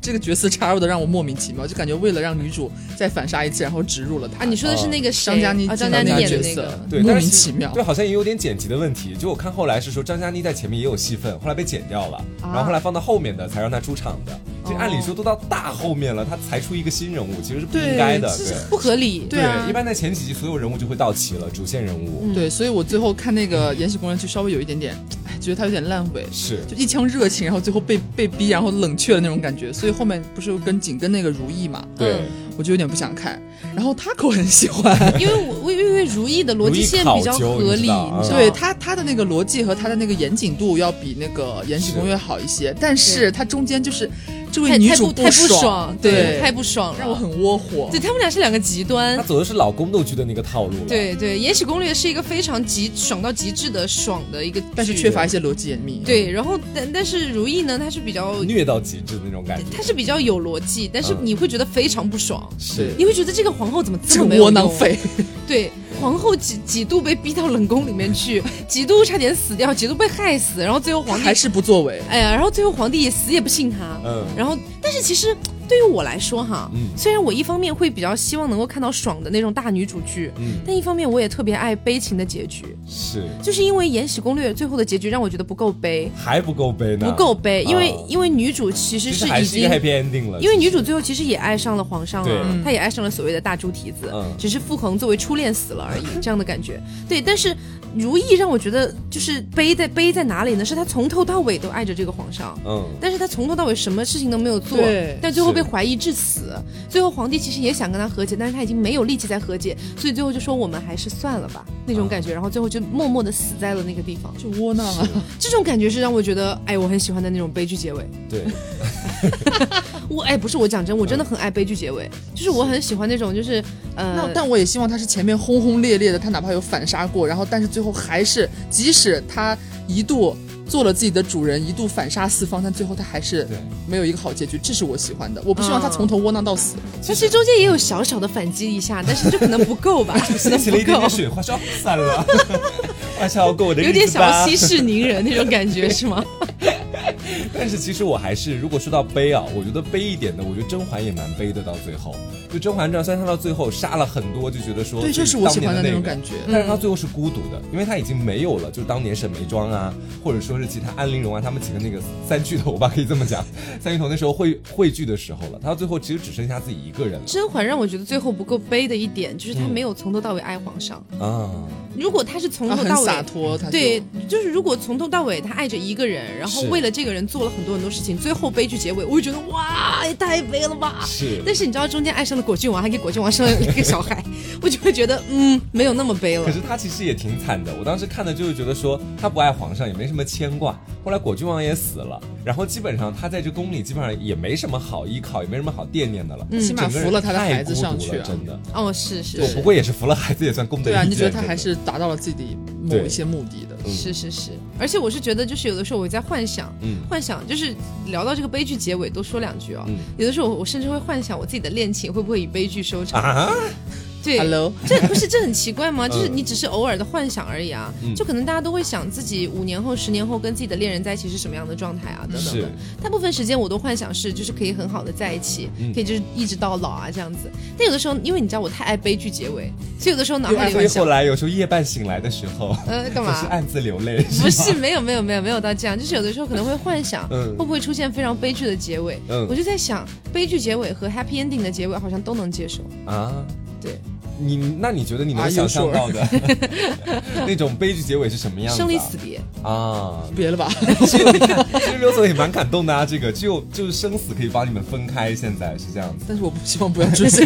Speaker 3: 这个角色插入的让我莫名其妙，就感觉为了让女主再反杀一次，然后植入了她。
Speaker 4: 啊，你说的是那个谁
Speaker 3: 张嘉倪
Speaker 4: 啊，
Speaker 3: 进
Speaker 4: 张
Speaker 3: 到
Speaker 4: 嘉
Speaker 3: 那
Speaker 4: 倪
Speaker 3: 个
Speaker 4: 演的
Speaker 3: 角
Speaker 4: 那
Speaker 3: 色
Speaker 4: 个，，
Speaker 2: 对，
Speaker 3: 莫
Speaker 2: 但
Speaker 3: 名
Speaker 2: 是
Speaker 3: 其妙。
Speaker 2: 对，好像也有点剪辑的问题。就我看后来是说，张嘉倪在前面也有戏份，后来被剪掉了，
Speaker 4: 啊
Speaker 2: 然后后来放到后面的才让她出场
Speaker 4: 哦
Speaker 2: 的。这按理说都到大后面了，她才出一个新人物，其实是不应该的。
Speaker 3: 对
Speaker 2: 对
Speaker 3: 是
Speaker 4: 不合理。
Speaker 3: 对啊
Speaker 2: 一般在前几集所有人物就会到齐了，主线人物、
Speaker 4: 嗯
Speaker 3: 对，所以我最后看那个《延禧攻略》就稍微有一点点，哎，觉得他有点烂尾，
Speaker 2: 是
Speaker 4: 嗯
Speaker 3: 就一腔热情，然后最后被被逼，然后冷却的那种感觉。所以后面不是跟紧跟那个如意嘛，
Speaker 2: 对。
Speaker 3: 我就有点不想看。然后他可很喜欢，
Speaker 4: 因为我我因为如意的逻
Speaker 2: 如意
Speaker 4: 辑线
Speaker 2: 考
Speaker 4: 比较
Speaker 2: 究
Speaker 4: 合
Speaker 2: 你知
Speaker 4: 理，
Speaker 2: 道啊
Speaker 4: 你知道
Speaker 3: 对
Speaker 4: 吗
Speaker 3: 他他的那个逻辑和他的那个严谨度要比那个《延禧攻略》好一些，但是
Speaker 4: 对
Speaker 3: 他中间就是这位
Speaker 4: 太
Speaker 3: 女
Speaker 4: 太
Speaker 3: 主
Speaker 4: 不太不
Speaker 3: 爽，
Speaker 4: 对，太不爽了，
Speaker 3: 让我很窝火。
Speaker 4: 对他们俩是两个极端
Speaker 2: 她。走的是老宫斗剧的那个套路了。，
Speaker 4: 对对，《延禧攻略》是一个非常极爽到极致的爽的一个剧，
Speaker 3: 但是缺乏一些逻辑严密。
Speaker 4: 对。然后但但是如懿呢，她是比较
Speaker 2: 虐到极致的那种感觉。
Speaker 4: 她是比较有逻辑，但是
Speaker 2: 嗯
Speaker 4: 你会觉得非常不爽，
Speaker 2: 是
Speaker 4: 你会觉得这个皇后怎么
Speaker 3: 这
Speaker 4: 这
Speaker 3: 个
Speaker 4: 么没有
Speaker 3: 窝囊
Speaker 4: 用
Speaker 3: 废，
Speaker 4: 对，皇后几几度被逼到冷宫里面去，几度差点死掉，几度被害死，然后最后皇帝
Speaker 3: 还是不作为。
Speaker 4: 哎呀，然后最后皇帝也死也不信他，
Speaker 2: 嗯
Speaker 4: 然后但是其实对于我来说哈，
Speaker 2: 嗯
Speaker 4: 虽然我一方面会比较希望能够看到爽的那种大女主剧，
Speaker 2: 嗯
Speaker 4: 但一方面我也特别爱悲情的结局，
Speaker 2: 是，
Speaker 4: 就是因为《延禧攻略》最后的结局让我觉得不够悲，
Speaker 2: 还不够悲呢，
Speaker 4: 不够悲，因为、
Speaker 2: 啊
Speaker 4: 因为女主其
Speaker 2: 其
Speaker 4: 实
Speaker 2: 实
Speaker 4: 是
Speaker 2: 还
Speaker 4: 已
Speaker 2: 是一个
Speaker 4: 经
Speaker 2: happy ending 了。
Speaker 4: 因为
Speaker 2: 其
Speaker 4: 女
Speaker 2: 实
Speaker 4: 主最后其实也爱上了皇上
Speaker 2: 对
Speaker 4: 啊，她也爱上了所谓的大猪蹄子
Speaker 2: 嗯，
Speaker 4: 只是傅恒作为初恋死了而已， 这样的感觉。对，但是如懿让我觉得就是悲在悲在哪里呢？是她从头到尾都爱着这个皇上。
Speaker 2: 嗯，
Speaker 4: 但是她从头到尾什么事情都没有做
Speaker 3: 对，
Speaker 4: 但最后
Speaker 2: 是
Speaker 4: 被怀疑致死。最后皇帝其实也想跟她和解，但是他已经没有力气再和解，所以最后就说我们还是算了吧那
Speaker 2: 啊
Speaker 4: 种感觉。然后最后就默默的死在了那个地方。
Speaker 3: 就窝囊啊！
Speaker 4: 这种感觉是让我觉得，哎，我很喜欢的那种悲剧结尾。
Speaker 2: 对，
Speaker 4: 我哎，不是我讲真，我真的很爱悲剧结尾，就是我很喜欢那种，就是呃，
Speaker 3: 那但我也希望他是前面轰轰烈烈的，他哪怕有反杀过，然后但是最后还是，即使他一度做了自己的主人，一度反杀四方，但最后他还是
Speaker 2: 对
Speaker 3: 没有一个好结局，这是我喜欢的。我不希望他
Speaker 4: 嗯
Speaker 3: 从头窝囊到死。
Speaker 4: 但是中间也有小小的反击一下，但是就可能不 够吧，可能
Speaker 2: 起了一点
Speaker 4: 不够
Speaker 2: 点，水花，说散了， 还是要过我的日
Speaker 4: 有
Speaker 2: 子吧。
Speaker 4: 点想要息事宁人那种感觉 是吗？
Speaker 2: 但是其实我还是，如果说到悲啊，我觉得悲一点的，我觉得甄嬛也蛮悲的。到最后，就《甄嬛传》，虽然她到最后杀了很多，就觉得说
Speaker 3: 对，这是我喜欢的
Speaker 2: 那
Speaker 3: 那种感。觉。嗯
Speaker 2: 但是她最后是孤独的，因为她已经没有了，就是当年沈眉庄啊，或者说是其他安陵容啊，他们几个那个三巨头吧，可以这么讲，三巨头那时候汇汇聚的时候了，她到最后其实只剩下自己一个人
Speaker 4: 甄嬛让我觉得最后不够悲的一点就是
Speaker 2: 嗯
Speaker 4: 她没有从头到尾爱皇上，
Speaker 2: 了啊，
Speaker 4: 如果她是从
Speaker 3: 他
Speaker 4: 头
Speaker 3: 啊很
Speaker 4: 到
Speaker 3: 洒
Speaker 4: 尾。
Speaker 3: 脱，他就
Speaker 4: 对，就是如果从头到尾她爱着一个人，然后
Speaker 2: 是
Speaker 4: 为了这个人做了很多很多事情，最后悲剧结尾，我会觉得哇，也太悲 了吧！
Speaker 2: 是
Speaker 4: 但是你知道中间爱上了果郡王，还给果郡王生了一个小孩，我就会觉得嗯，没有那么悲了
Speaker 2: 可。是他其实也挺惨的，我当时看的就是觉得说他不爱皇上也没什么牵挂，后来果郡王也死了，然后基本上他在这宫里基本上也没什么好依靠，也没什么好惦念的了，
Speaker 4: 嗯
Speaker 3: 起码
Speaker 2: 整个人
Speaker 3: 扶了他的
Speaker 2: 太
Speaker 3: 孩子
Speaker 2: 孤独
Speaker 3: 上去
Speaker 2: 了
Speaker 3: 啊
Speaker 2: 真的。
Speaker 4: 哦，是是
Speaker 2: 我不过也是扶了孩子，也算功德
Speaker 3: 对啊，
Speaker 2: 一
Speaker 3: 你觉得
Speaker 2: 件
Speaker 3: 他
Speaker 2: 真
Speaker 3: 还
Speaker 2: 的
Speaker 3: 是达到了自己某
Speaker 2: 对
Speaker 3: 一些目的的。
Speaker 2: 嗯
Speaker 4: 是是是，而且我是觉得，就是有的时候我在幻想，
Speaker 2: 嗯
Speaker 4: 幻想就是聊到这个悲剧结尾，多说两句哦。
Speaker 2: 嗯
Speaker 4: 有的时候我我甚至会幻想我自己的恋情会不会以悲剧收场。
Speaker 2: 啊，
Speaker 4: 对
Speaker 3: Hello，
Speaker 4: 这不是这很奇怪吗？就是
Speaker 2: 嗯
Speaker 4: 你只是偶尔的幻想而已啊，
Speaker 2: 嗯
Speaker 4: 就可能大家都会想自己五年后、十年后跟自己的恋人在一起是什么样的状态啊，等等
Speaker 2: 是
Speaker 4: 的。大部分时间我都幻想是就是可以很好的在一起，
Speaker 2: 嗯
Speaker 4: 可以就是一直到老啊这样子。但有的时候，因为你知道我太爱悲剧结尾，所以有的时候脑海里
Speaker 2: 所以
Speaker 4: 幻
Speaker 2: 后
Speaker 4: 想，
Speaker 2: 来有时候夜半醒来的时候，
Speaker 4: 呃，干
Speaker 2: 总是
Speaker 4: 嘛？
Speaker 2: 暗自流泪，
Speaker 4: 不
Speaker 2: 吗
Speaker 4: 是，没有没有没有没有到这样，就是有的时候可能会幻想，
Speaker 2: 嗯
Speaker 4: 会不会出现非常悲剧的结尾？
Speaker 2: 嗯
Speaker 4: 我就在想，悲剧结尾和 happy ending 的结尾好像都能接受。
Speaker 2: 啊？
Speaker 4: 对，
Speaker 2: 你那你觉得你能
Speaker 3: Are you
Speaker 2: 想象
Speaker 3: sure？
Speaker 2: 到的 那种悲剧结尾是什么样子、啊？
Speaker 4: 生离死别，
Speaker 2: 啊，
Speaker 3: 别 了吧，
Speaker 2: 只有你看，其实刘总也蛮感动的啊。这个只有就是生死可以把你们分开，现在是这样子，
Speaker 3: 但是我不希望不要出现。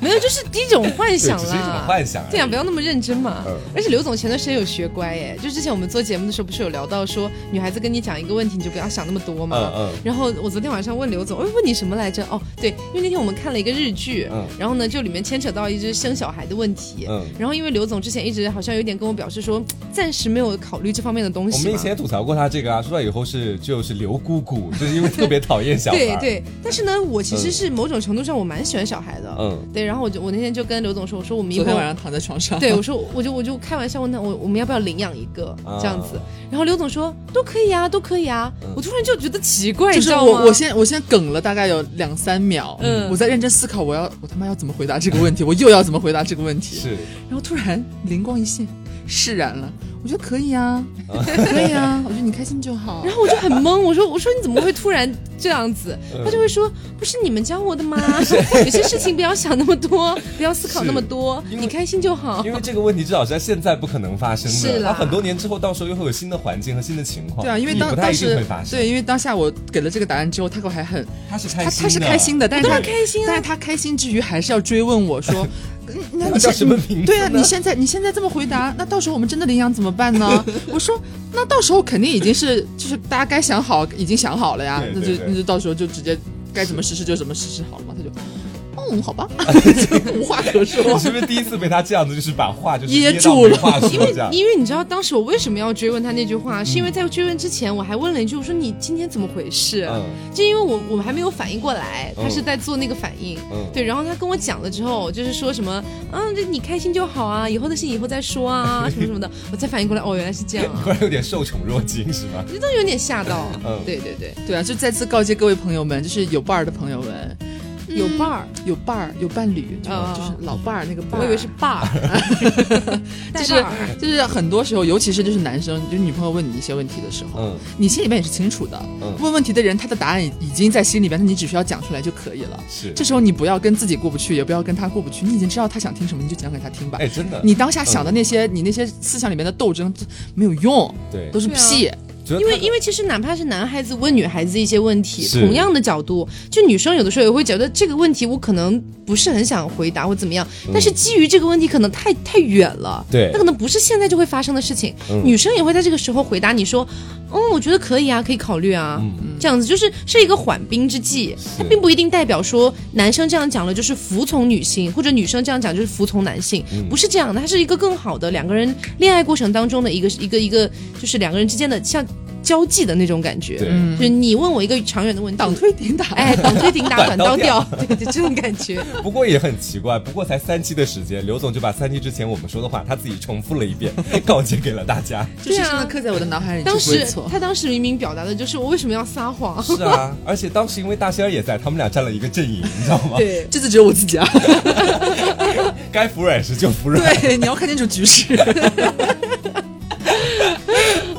Speaker 4: 没有，就是一种幻
Speaker 2: 对，
Speaker 4: 想
Speaker 2: 只是一种
Speaker 4: 啦。
Speaker 2: 幻想而已。
Speaker 4: 对呀、不要那么认真嘛。
Speaker 2: 哎嗯
Speaker 4: 而且刘总前段时间有学乖耶，就之前我们做节目的时候，不是有聊到说，女孩子跟你讲一个问题，你就不要想那么多嘛。
Speaker 2: 嗯嗯
Speaker 4: 然后我昨天晚上问刘总，哎，问你什么来着？哦，对，因为那天我们看了一个日剧，
Speaker 2: 嗯
Speaker 4: 然后呢，就里面牵扯到一只圣生小孩的问题。
Speaker 2: 嗯，
Speaker 4: 然后因为刘总之前一直好像有点跟我表示说，暂时没有考虑这方面的东
Speaker 2: 我
Speaker 4: 西
Speaker 2: 们以
Speaker 4: 嘛。
Speaker 2: 前也吐槽过他这个啊，说到以后是就是刘姑姑，就是因为特别讨厌小孩。
Speaker 4: 对，对，但是呢，我其实是某种程度上我蛮喜欢小孩的。
Speaker 2: 嗯，
Speaker 4: 对，然后我就我那天就跟刘总说，我说我们一
Speaker 3: 昨
Speaker 4: 会
Speaker 3: 天
Speaker 4: 儿
Speaker 3: 晚上躺在床上，
Speaker 4: 对，我说我就我就开玩笑问他，我我们要不要领养一个
Speaker 2: 啊
Speaker 4: 这样子？然后刘总说都可以啊，都可以啊。
Speaker 2: 嗯
Speaker 4: 我突然就觉得奇怪，
Speaker 3: 就
Speaker 4: 你
Speaker 3: 是
Speaker 4: 知道吗？
Speaker 3: 我，我现在我现在梗了大概有两三秒，
Speaker 4: 嗯
Speaker 3: 我在认真思考，我要我他妈要怎么回答这个问题，我又要怎么回答这个问题，
Speaker 2: 是
Speaker 3: 然后突然灵光一现，释然了，我觉得可 以啊，可以啊，我觉得你开心就好
Speaker 2: 哦
Speaker 4: 然。后我就很懵，我说我说你怎么会突然这样子？
Speaker 2: 嗯
Speaker 4: 他就会说不是你们教我 的吗？有些事情不要想那么多，不要思考那么多，
Speaker 2: 因为
Speaker 4: 你开心就好。
Speaker 2: 因为这个问题至少是在现在不可能发生的，
Speaker 4: 是啦
Speaker 2: 它很多年之后，到时候又会有新的环境和新的情况。
Speaker 3: 对啊，因为
Speaker 2: 你
Speaker 3: 当
Speaker 2: 不太
Speaker 3: 当
Speaker 2: 一定
Speaker 3: 时
Speaker 2: 会发生。
Speaker 3: 对，因为当下我给了这个答案之后，他还很
Speaker 2: 他是开
Speaker 3: 他
Speaker 2: 心的，
Speaker 3: 他是开心的，但是
Speaker 4: 当
Speaker 3: 他
Speaker 4: 然开心啊
Speaker 3: 但是他开心之余还是要追问我 说，嗯
Speaker 2: 那
Speaker 3: 那你
Speaker 2: 叫
Speaker 3: 现
Speaker 2: 什么名字呢
Speaker 3: 对啊，你现在你现在这么回答，那到时候我们真的领养怎么办 呢？我说，那到时候肯定已经是就是大家该想好，已经想好了呀，
Speaker 2: 对
Speaker 3: 那
Speaker 2: 对
Speaker 3: 就
Speaker 2: 对
Speaker 3: 那就到时候就直接该怎么实施就怎么实施好了嘛。他就， 嗯，好吧，无话可
Speaker 2: 你
Speaker 3: 说。
Speaker 2: 是不是第一次被他这样子，就是把话就是
Speaker 3: 啊噎
Speaker 2: 到
Speaker 3: 住
Speaker 2: 没
Speaker 3: 了
Speaker 2: 话说
Speaker 4: 因为
Speaker 2: 这样？
Speaker 4: 因为你知道当时我为什么要追问他那句话，是因为在追问之前我还问了一句，我说你今天怎么回事？
Speaker 2: 嗯
Speaker 4: 就因为我我还没有反应过来，
Speaker 2: 嗯
Speaker 4: 他是在做那个反应。
Speaker 2: 嗯，
Speaker 4: 对，然后他跟我讲了之后，就是说什么，嗯，这你开心就好啊，以后的事以后再说啊，什么什么的，我才反应过来，哦，原来是这样啊
Speaker 2: 突，然有点受宠若惊是吗？
Speaker 4: 就都有点吓到。
Speaker 2: 嗯
Speaker 4: 对对对，
Speaker 3: 对啊，就再次告诫各位朋友们，就是有伴儿的朋友们，
Speaker 4: 有伴儿，
Speaker 3: 有伴儿有伴侣，就是
Speaker 4: 哦
Speaker 3: 就是老伴儿那个伴儿。
Speaker 4: 我以为是伴儿，
Speaker 3: 就
Speaker 4: 带
Speaker 3: 是
Speaker 4: 伴儿。
Speaker 3: 就是很多时候，尤其是就是男生，就是女朋友问你一些问题的时候，
Speaker 2: 嗯
Speaker 3: 你心里面也是清楚的。
Speaker 2: 嗯
Speaker 3: 问问题的人他的答案已经在心里边，那你只需要讲出来就可以了。
Speaker 2: 是
Speaker 3: 这时候你不要跟自己过不去，也不要跟他过不去，你已经知道他想听什么，你就讲给他听吧。
Speaker 2: 哎，真的，
Speaker 3: 你当下想的那些，你那些思想里面的斗争这没有用，
Speaker 2: 对
Speaker 3: 都，是屁。
Speaker 4: 啊
Speaker 2: 觉得
Speaker 4: 因为
Speaker 2: 他
Speaker 4: 因为其实哪怕是男孩子问女孩子一些问题，
Speaker 2: 是
Speaker 4: 同样的角度，就女生有的时候也会觉得这个问题我可能不是很想回答或怎么样，但是基于这个问题可能太太远了，
Speaker 2: 嗯对
Speaker 4: 那可能不是现在就会发生的事情。
Speaker 2: 嗯
Speaker 4: 女生也会在这个时候回答你说，嗯，我觉得可以啊，可以考虑啊，
Speaker 2: 嗯
Speaker 4: 这样子就是是一个缓兵之计，它并不一定代表说男生这样讲了就是服从女性，或者女生这样讲就是服从男性，
Speaker 2: 嗯
Speaker 4: 不是这样的，它是一个更好的两个人恋爱过程当中的一个一个一个，就是两个人之间的像交际的那种感觉，
Speaker 2: 对
Speaker 4: 就是你问我一个长远的问题，
Speaker 3: 挡推顶打，
Speaker 4: 哎，挡 推顶打，
Speaker 2: 短
Speaker 4: 短
Speaker 2: 刀
Speaker 4: 刀
Speaker 2: 掉
Speaker 4: 掉，对，就这种感觉。
Speaker 2: 不过也很奇怪，不过才三期的时间，刘总就把三期之前我们说的话他自己重复了一遍， 告诫给了大家。
Speaker 3: 就是
Speaker 4: 对啊
Speaker 3: 深的刻在我的脑海 里，就
Speaker 4: 当
Speaker 3: 不会
Speaker 4: 时
Speaker 3: 错。
Speaker 4: 他当时明明表达的就是我为什么要撒谎，
Speaker 2: 是啊，而且当时因为大仙儿也在，他们俩站了一个阵营，你知道吗？
Speaker 4: 对，
Speaker 3: 这次只有我自己啊！
Speaker 2: 该服软时就服软。
Speaker 3: 对， 你要看清楚局势。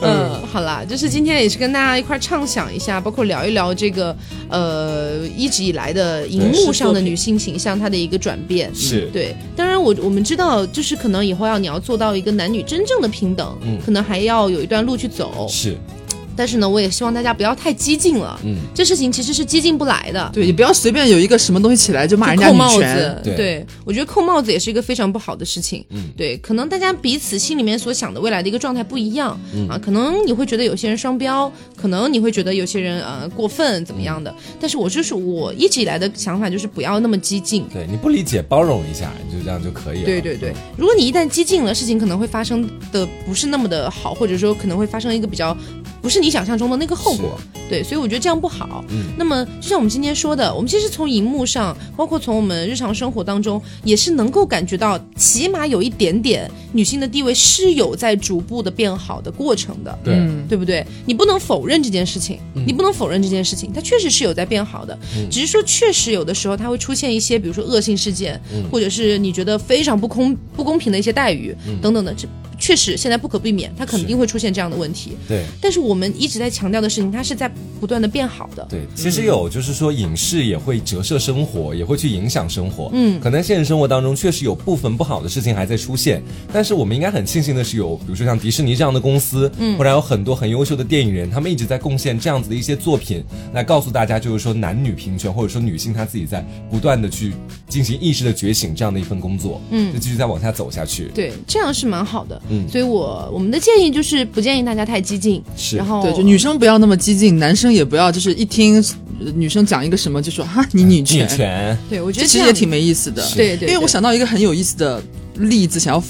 Speaker 4: 嗯，好啦，就是今天也是跟大家一块儿畅想一下，包括聊一聊这个呃一直以来的荧幕上的女性形象它的一个转变。嗯
Speaker 2: 是
Speaker 4: 对，当然我我们知道，就是可能以后要你要做到一个男女真正的平等，
Speaker 2: 嗯
Speaker 4: 可能还要有一段路去走。
Speaker 2: 是，
Speaker 4: 但是呢，我也希望大家不要太激进了，
Speaker 2: 嗯，
Speaker 4: 这事情其实是激进不来的。
Speaker 3: 对，你不要随便有一个什么东西起来就骂人家
Speaker 4: 扣
Speaker 3: 女
Speaker 4: 帽
Speaker 3: 权
Speaker 4: 子，。
Speaker 2: 对
Speaker 4: 我觉得扣帽子也是一个非常不好的事情。
Speaker 2: 嗯
Speaker 4: 对，可能大家彼此心里面所想的未来的一个状态不一样、
Speaker 2: 嗯
Speaker 4: 啊，可能你会觉得有些人双标，可能你会觉得有些人呃过分怎么样的。但是我就是我一直以来的想法就是不要那么激进。
Speaker 2: 对，你不理解包容一下，你就这样就可以了。嗯
Speaker 4: 对对对，如果你一旦激进了，事情可能会发生的不是那么的好，或者说可能会发生一个比较不是你想象中的那个后果。对，所以我觉得这样不好。
Speaker 2: 嗯
Speaker 4: 那么就像我们今天说的，我们其实从荧幕上，包括从我们日常生活当中，也是能够感觉到，起码有一点点女性的地位是有在逐步的变好的过程的。
Speaker 2: 对，
Speaker 3: 嗯，
Speaker 4: 对不对？你不能否认这件事情，你不能否认这件事情，它确实是有在变好的，
Speaker 3: 嗯
Speaker 4: 只是说确实有的时候它会出现一些，比如说恶性事件，
Speaker 3: 嗯
Speaker 4: 或者是你觉得非常不公不公平的一些待遇、
Speaker 3: 嗯
Speaker 4: 等等的，这确实现在不可避免，它肯定会出现这样的问题。
Speaker 2: 对
Speaker 4: 但是我们一直在强调的事情，它是在不断的变好的。
Speaker 2: 对，其实有就是说，影视也会折射生活，也会去影响生活。嗯，可能现实生活当中确实有部分不好的事情还在出现，但是我们应该很庆幸的是有，比如说像迪士尼这样的公司，嗯，或者还有很多很优秀的电影人，他们一直在贡献这样子的一些作品，来告诉大家就是说男女平权，或者说女性她自己在不断的去进行意识的觉醒这样的一份工作，嗯，就继续再往下走下去。
Speaker 4: 对，这样是蛮好的。
Speaker 2: 嗯
Speaker 4: 所以我我们的建议就是不建议大家太激进，
Speaker 2: 是
Speaker 4: 然后
Speaker 3: 对，就女生不要那么激进，男生也不要就是一听呃女生讲一个什么，就说哈你女权，
Speaker 2: 嗯女权，
Speaker 4: 对，我觉
Speaker 3: 这
Speaker 4: 得
Speaker 3: 其实
Speaker 4: 这样
Speaker 3: 也挺没意思的。
Speaker 4: 对对，
Speaker 3: 因为我
Speaker 4: 对
Speaker 3: 想到一个很有意思的例子，想要。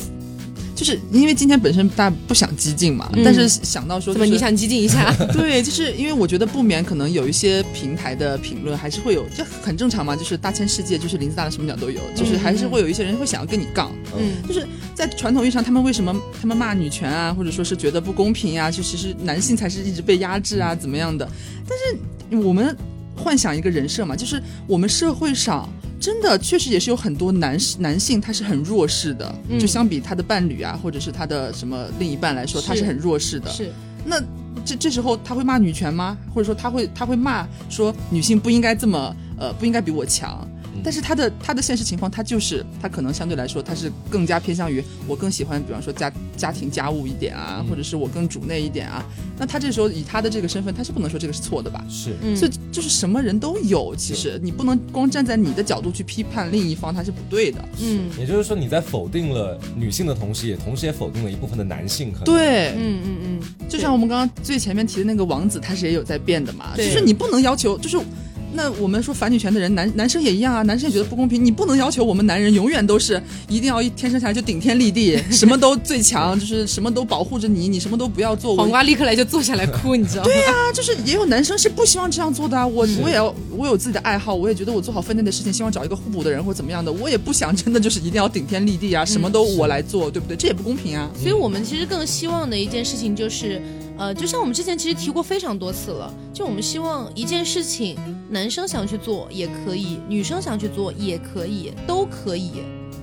Speaker 3: 就是因为今天本身大家不想激进嘛，
Speaker 4: 嗯
Speaker 3: 但是想到说、
Speaker 4: 怎
Speaker 3: 就是，
Speaker 4: 么你想激进一 下？
Speaker 3: 对，就是因为我觉得不免可能有一些平台的评论还是会有，这很正常嘛，就是大千世界，就是林子大的什么鸟都有，就是还是会有一些人会想要跟你杠。
Speaker 4: 嗯
Speaker 3: 就是在传统意义上，他们为什么他们骂女权啊，或者说是觉得不公平啊，就其实男性才是一直被压制啊，怎么样的？但是我们幻想一个人设嘛，就是我们社会上。真的，确实也是有很多男士男性他是很弱势的，
Speaker 4: 嗯
Speaker 3: 就相比他的伴侣啊，或者是他的什么另一半来说，他
Speaker 4: 是
Speaker 3: 是很弱势的。
Speaker 4: 嗯是，
Speaker 3: 那这这时候他会骂女权吗？或者说他会他会骂说女性不应该这么呃不应该比我强
Speaker 2: 嗯？
Speaker 3: 但是他的他的现实情况，他就是他可能相对来说，他是更加偏向于我更喜欢，比方说家家庭家务一点啊
Speaker 2: 嗯，
Speaker 3: 或者是我更主内一点啊。那他这时候以他的这个身份，他是不能说这个是错的吧？
Speaker 2: 是
Speaker 4: 嗯，
Speaker 3: 所以就是什么人都有，其实你不能光站在你的角度去批判另一方，他是不对的。
Speaker 4: 嗯
Speaker 2: 也就是说，你在否定了女性的同时，也同时也否定了一部分的男性，可能
Speaker 3: 对，
Speaker 4: 嗯嗯嗯，
Speaker 3: 就像我们刚刚最前面提的那个王子，他是也有在变的嘛，就
Speaker 4: 对
Speaker 3: 是你不能要求，就是那我们说反女权的人，男男生也一样啊，男生也觉得不公平，你不能要求我们男人永远都是一定要一天生下来就顶天 立地，什么都最强，就是什么都保护着你，你什么都不要做，我
Speaker 4: 黄瓜立刻来就坐下来哭，你知道吗？对呀，
Speaker 3: 啊，就是也有男生是不希望这样做的啊，我我也要我有自己的爱好，我也觉得我做好分内的事情，希望找一个互补的人或怎么样的，我也不想真的就是一定要顶天立地啊，什么
Speaker 1: 嗯
Speaker 3: 都我来做，对不对？这也不公平啊。
Speaker 1: 所以我们其实更希望的一件事情就是，呃，就像我们之前其实提过非常多次了，就我们希望一件事情，男生想去做也可以，女生想去做也可以，都可以，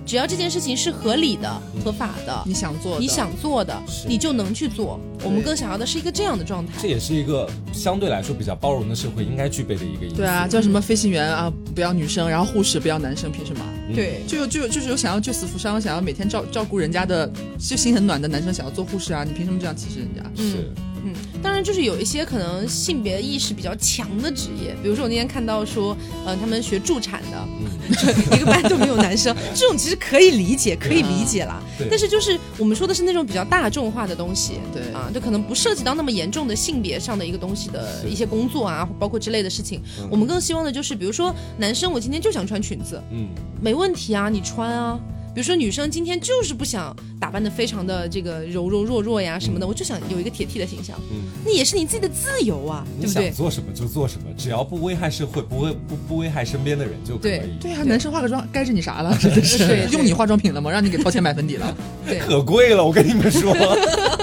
Speaker 1: 只要这件事情是合理的、合法的，
Speaker 4: 嗯
Speaker 3: 你想做的，
Speaker 1: 你想做的，
Speaker 2: 是
Speaker 1: 你就能去做。我们更想要的是一个这样的状
Speaker 2: 这
Speaker 1: 态。
Speaker 2: 也是一个相对来说比较包容的社会应该具备的一个因素。
Speaker 3: 对啊，叫什么飞行员啊，不要女生，然后护士不要男生，凭什么啊？
Speaker 2: 嗯，
Speaker 4: 对，
Speaker 3: 就有就有就是有想要救死扶伤，想要每天照照顾人家的，就心很暖的男生想要做护士啊，你凭什么这样歧视人家？
Speaker 2: 是
Speaker 4: 嗯，
Speaker 1: 当然，就是有一些可能性别意识比较强的职业，
Speaker 4: 比如说我那天看到说，呃，他们学助产的，
Speaker 2: 嗯，
Speaker 4: 一个班都没有 男生，这种其实可以理解，可以理解啦。
Speaker 2: 啊对
Speaker 4: 但是就是我们说的是那种比较大众化的东西，
Speaker 3: 对
Speaker 4: 啊，就可能不涉及到那么严重的性别上的一个东西的
Speaker 2: 是
Speaker 4: 一些工作啊，包括之类的事情。
Speaker 2: 嗯
Speaker 4: 我们更希望的就是，比如说男生，我今天就想穿裙子，
Speaker 2: 嗯，
Speaker 4: 没问题啊，你穿啊。比如说女生今天就是不想打扮的非常的这个柔柔弱弱呀什么的，我就想有一个铁 T 的形象，
Speaker 2: 嗯
Speaker 4: 那也是你自己的自由啊，
Speaker 2: 你
Speaker 4: 对不对
Speaker 2: 想？做什么就做什么，只要不危害社会，不危不不危害身边的人就可以。
Speaker 3: 对啊，男生化个妆该是你啥了？ 真的
Speaker 4: 对
Speaker 3: 是
Speaker 4: 对
Speaker 3: 用你化妆品了吗？让你给掏钱买粉底了？
Speaker 4: 对，
Speaker 2: 可贵了，我跟你们说，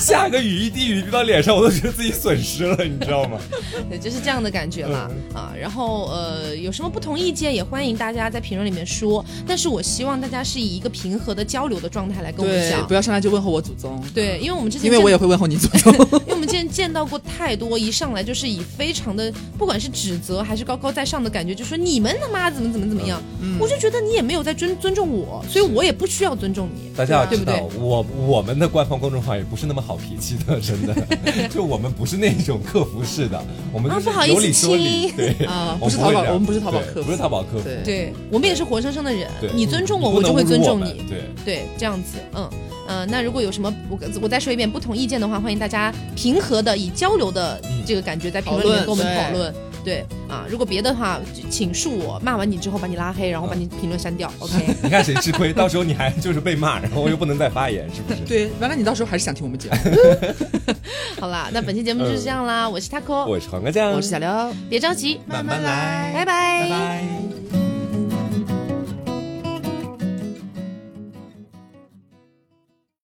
Speaker 2: 下个雨一滴雨滴到脸上，我都觉得自己损失了，你知道吗？
Speaker 3: 啊
Speaker 4: 对，就是这样的感觉啦、
Speaker 2: 嗯
Speaker 4: 啊。然后呃，有什么不同意见也欢迎大家在评论里面说，但是我希望大家是以一个平和的交流的状态来跟我们讲
Speaker 3: 不。要上来就问候我祖宗。
Speaker 4: 对，因为我们之前
Speaker 3: 因为我也
Speaker 4: 见
Speaker 3: 会问候你祖宗。
Speaker 4: 因为我们之前见到过太多，一上来就是以非常的，不管是指责还是高高在上的感觉，就说你们他妈怎么怎么怎么样，
Speaker 2: 嗯
Speaker 4: 我就觉得你也没有在尊尊重我，所以我也不需要尊重你。
Speaker 2: 大家要
Speaker 4: 对
Speaker 2: 知
Speaker 4: 不
Speaker 2: 道，
Speaker 4: 对
Speaker 2: 我我们的官方公众号也不是那么好脾气的，真 的，就我们不是那种客服式的，我们
Speaker 4: 啊
Speaker 2: 就是
Speaker 4: 不好意思
Speaker 2: 有理说理，
Speaker 4: 亲
Speaker 2: 对，
Speaker 3: 啊
Speaker 2: 我
Speaker 3: 不是
Speaker 2: 会
Speaker 3: 淘宝
Speaker 2: 这样
Speaker 3: 我们不是淘宝
Speaker 2: 对
Speaker 3: 客服
Speaker 2: 不是淘宝客服，
Speaker 3: 对
Speaker 4: 对我们也是活生生的人
Speaker 2: 对，
Speaker 4: 你尊重我，
Speaker 2: 你不
Speaker 4: 我
Speaker 2: 能
Speaker 4: 就会尊
Speaker 2: 侮辱我
Speaker 4: 重
Speaker 2: 们
Speaker 4: 你。
Speaker 2: 对。
Speaker 4: 对，这样子，嗯。呃，那如果有什么我我再说一遍不同意见的话，欢迎大家平和的以交流的这个感觉在评论里面跟我们讨
Speaker 3: 讨
Speaker 4: 论。对啊，如果别的话，就请恕我骂完你之后把你拉黑，然后把你评论删 掉。OK，
Speaker 2: 你看谁吃 亏，到时候你还就是被骂，然后我又不能再发言，是不是？
Speaker 3: 对，原来你到时候还是想听我们节 目。
Speaker 4: 好啦，那本期节目就是这呃样啦，我是 taco，
Speaker 2: 我是黄瓜酱，
Speaker 3: 我是小刘，
Speaker 4: 别着急，
Speaker 2: 慢慢来，
Speaker 4: 拜拜
Speaker 2: 拜拜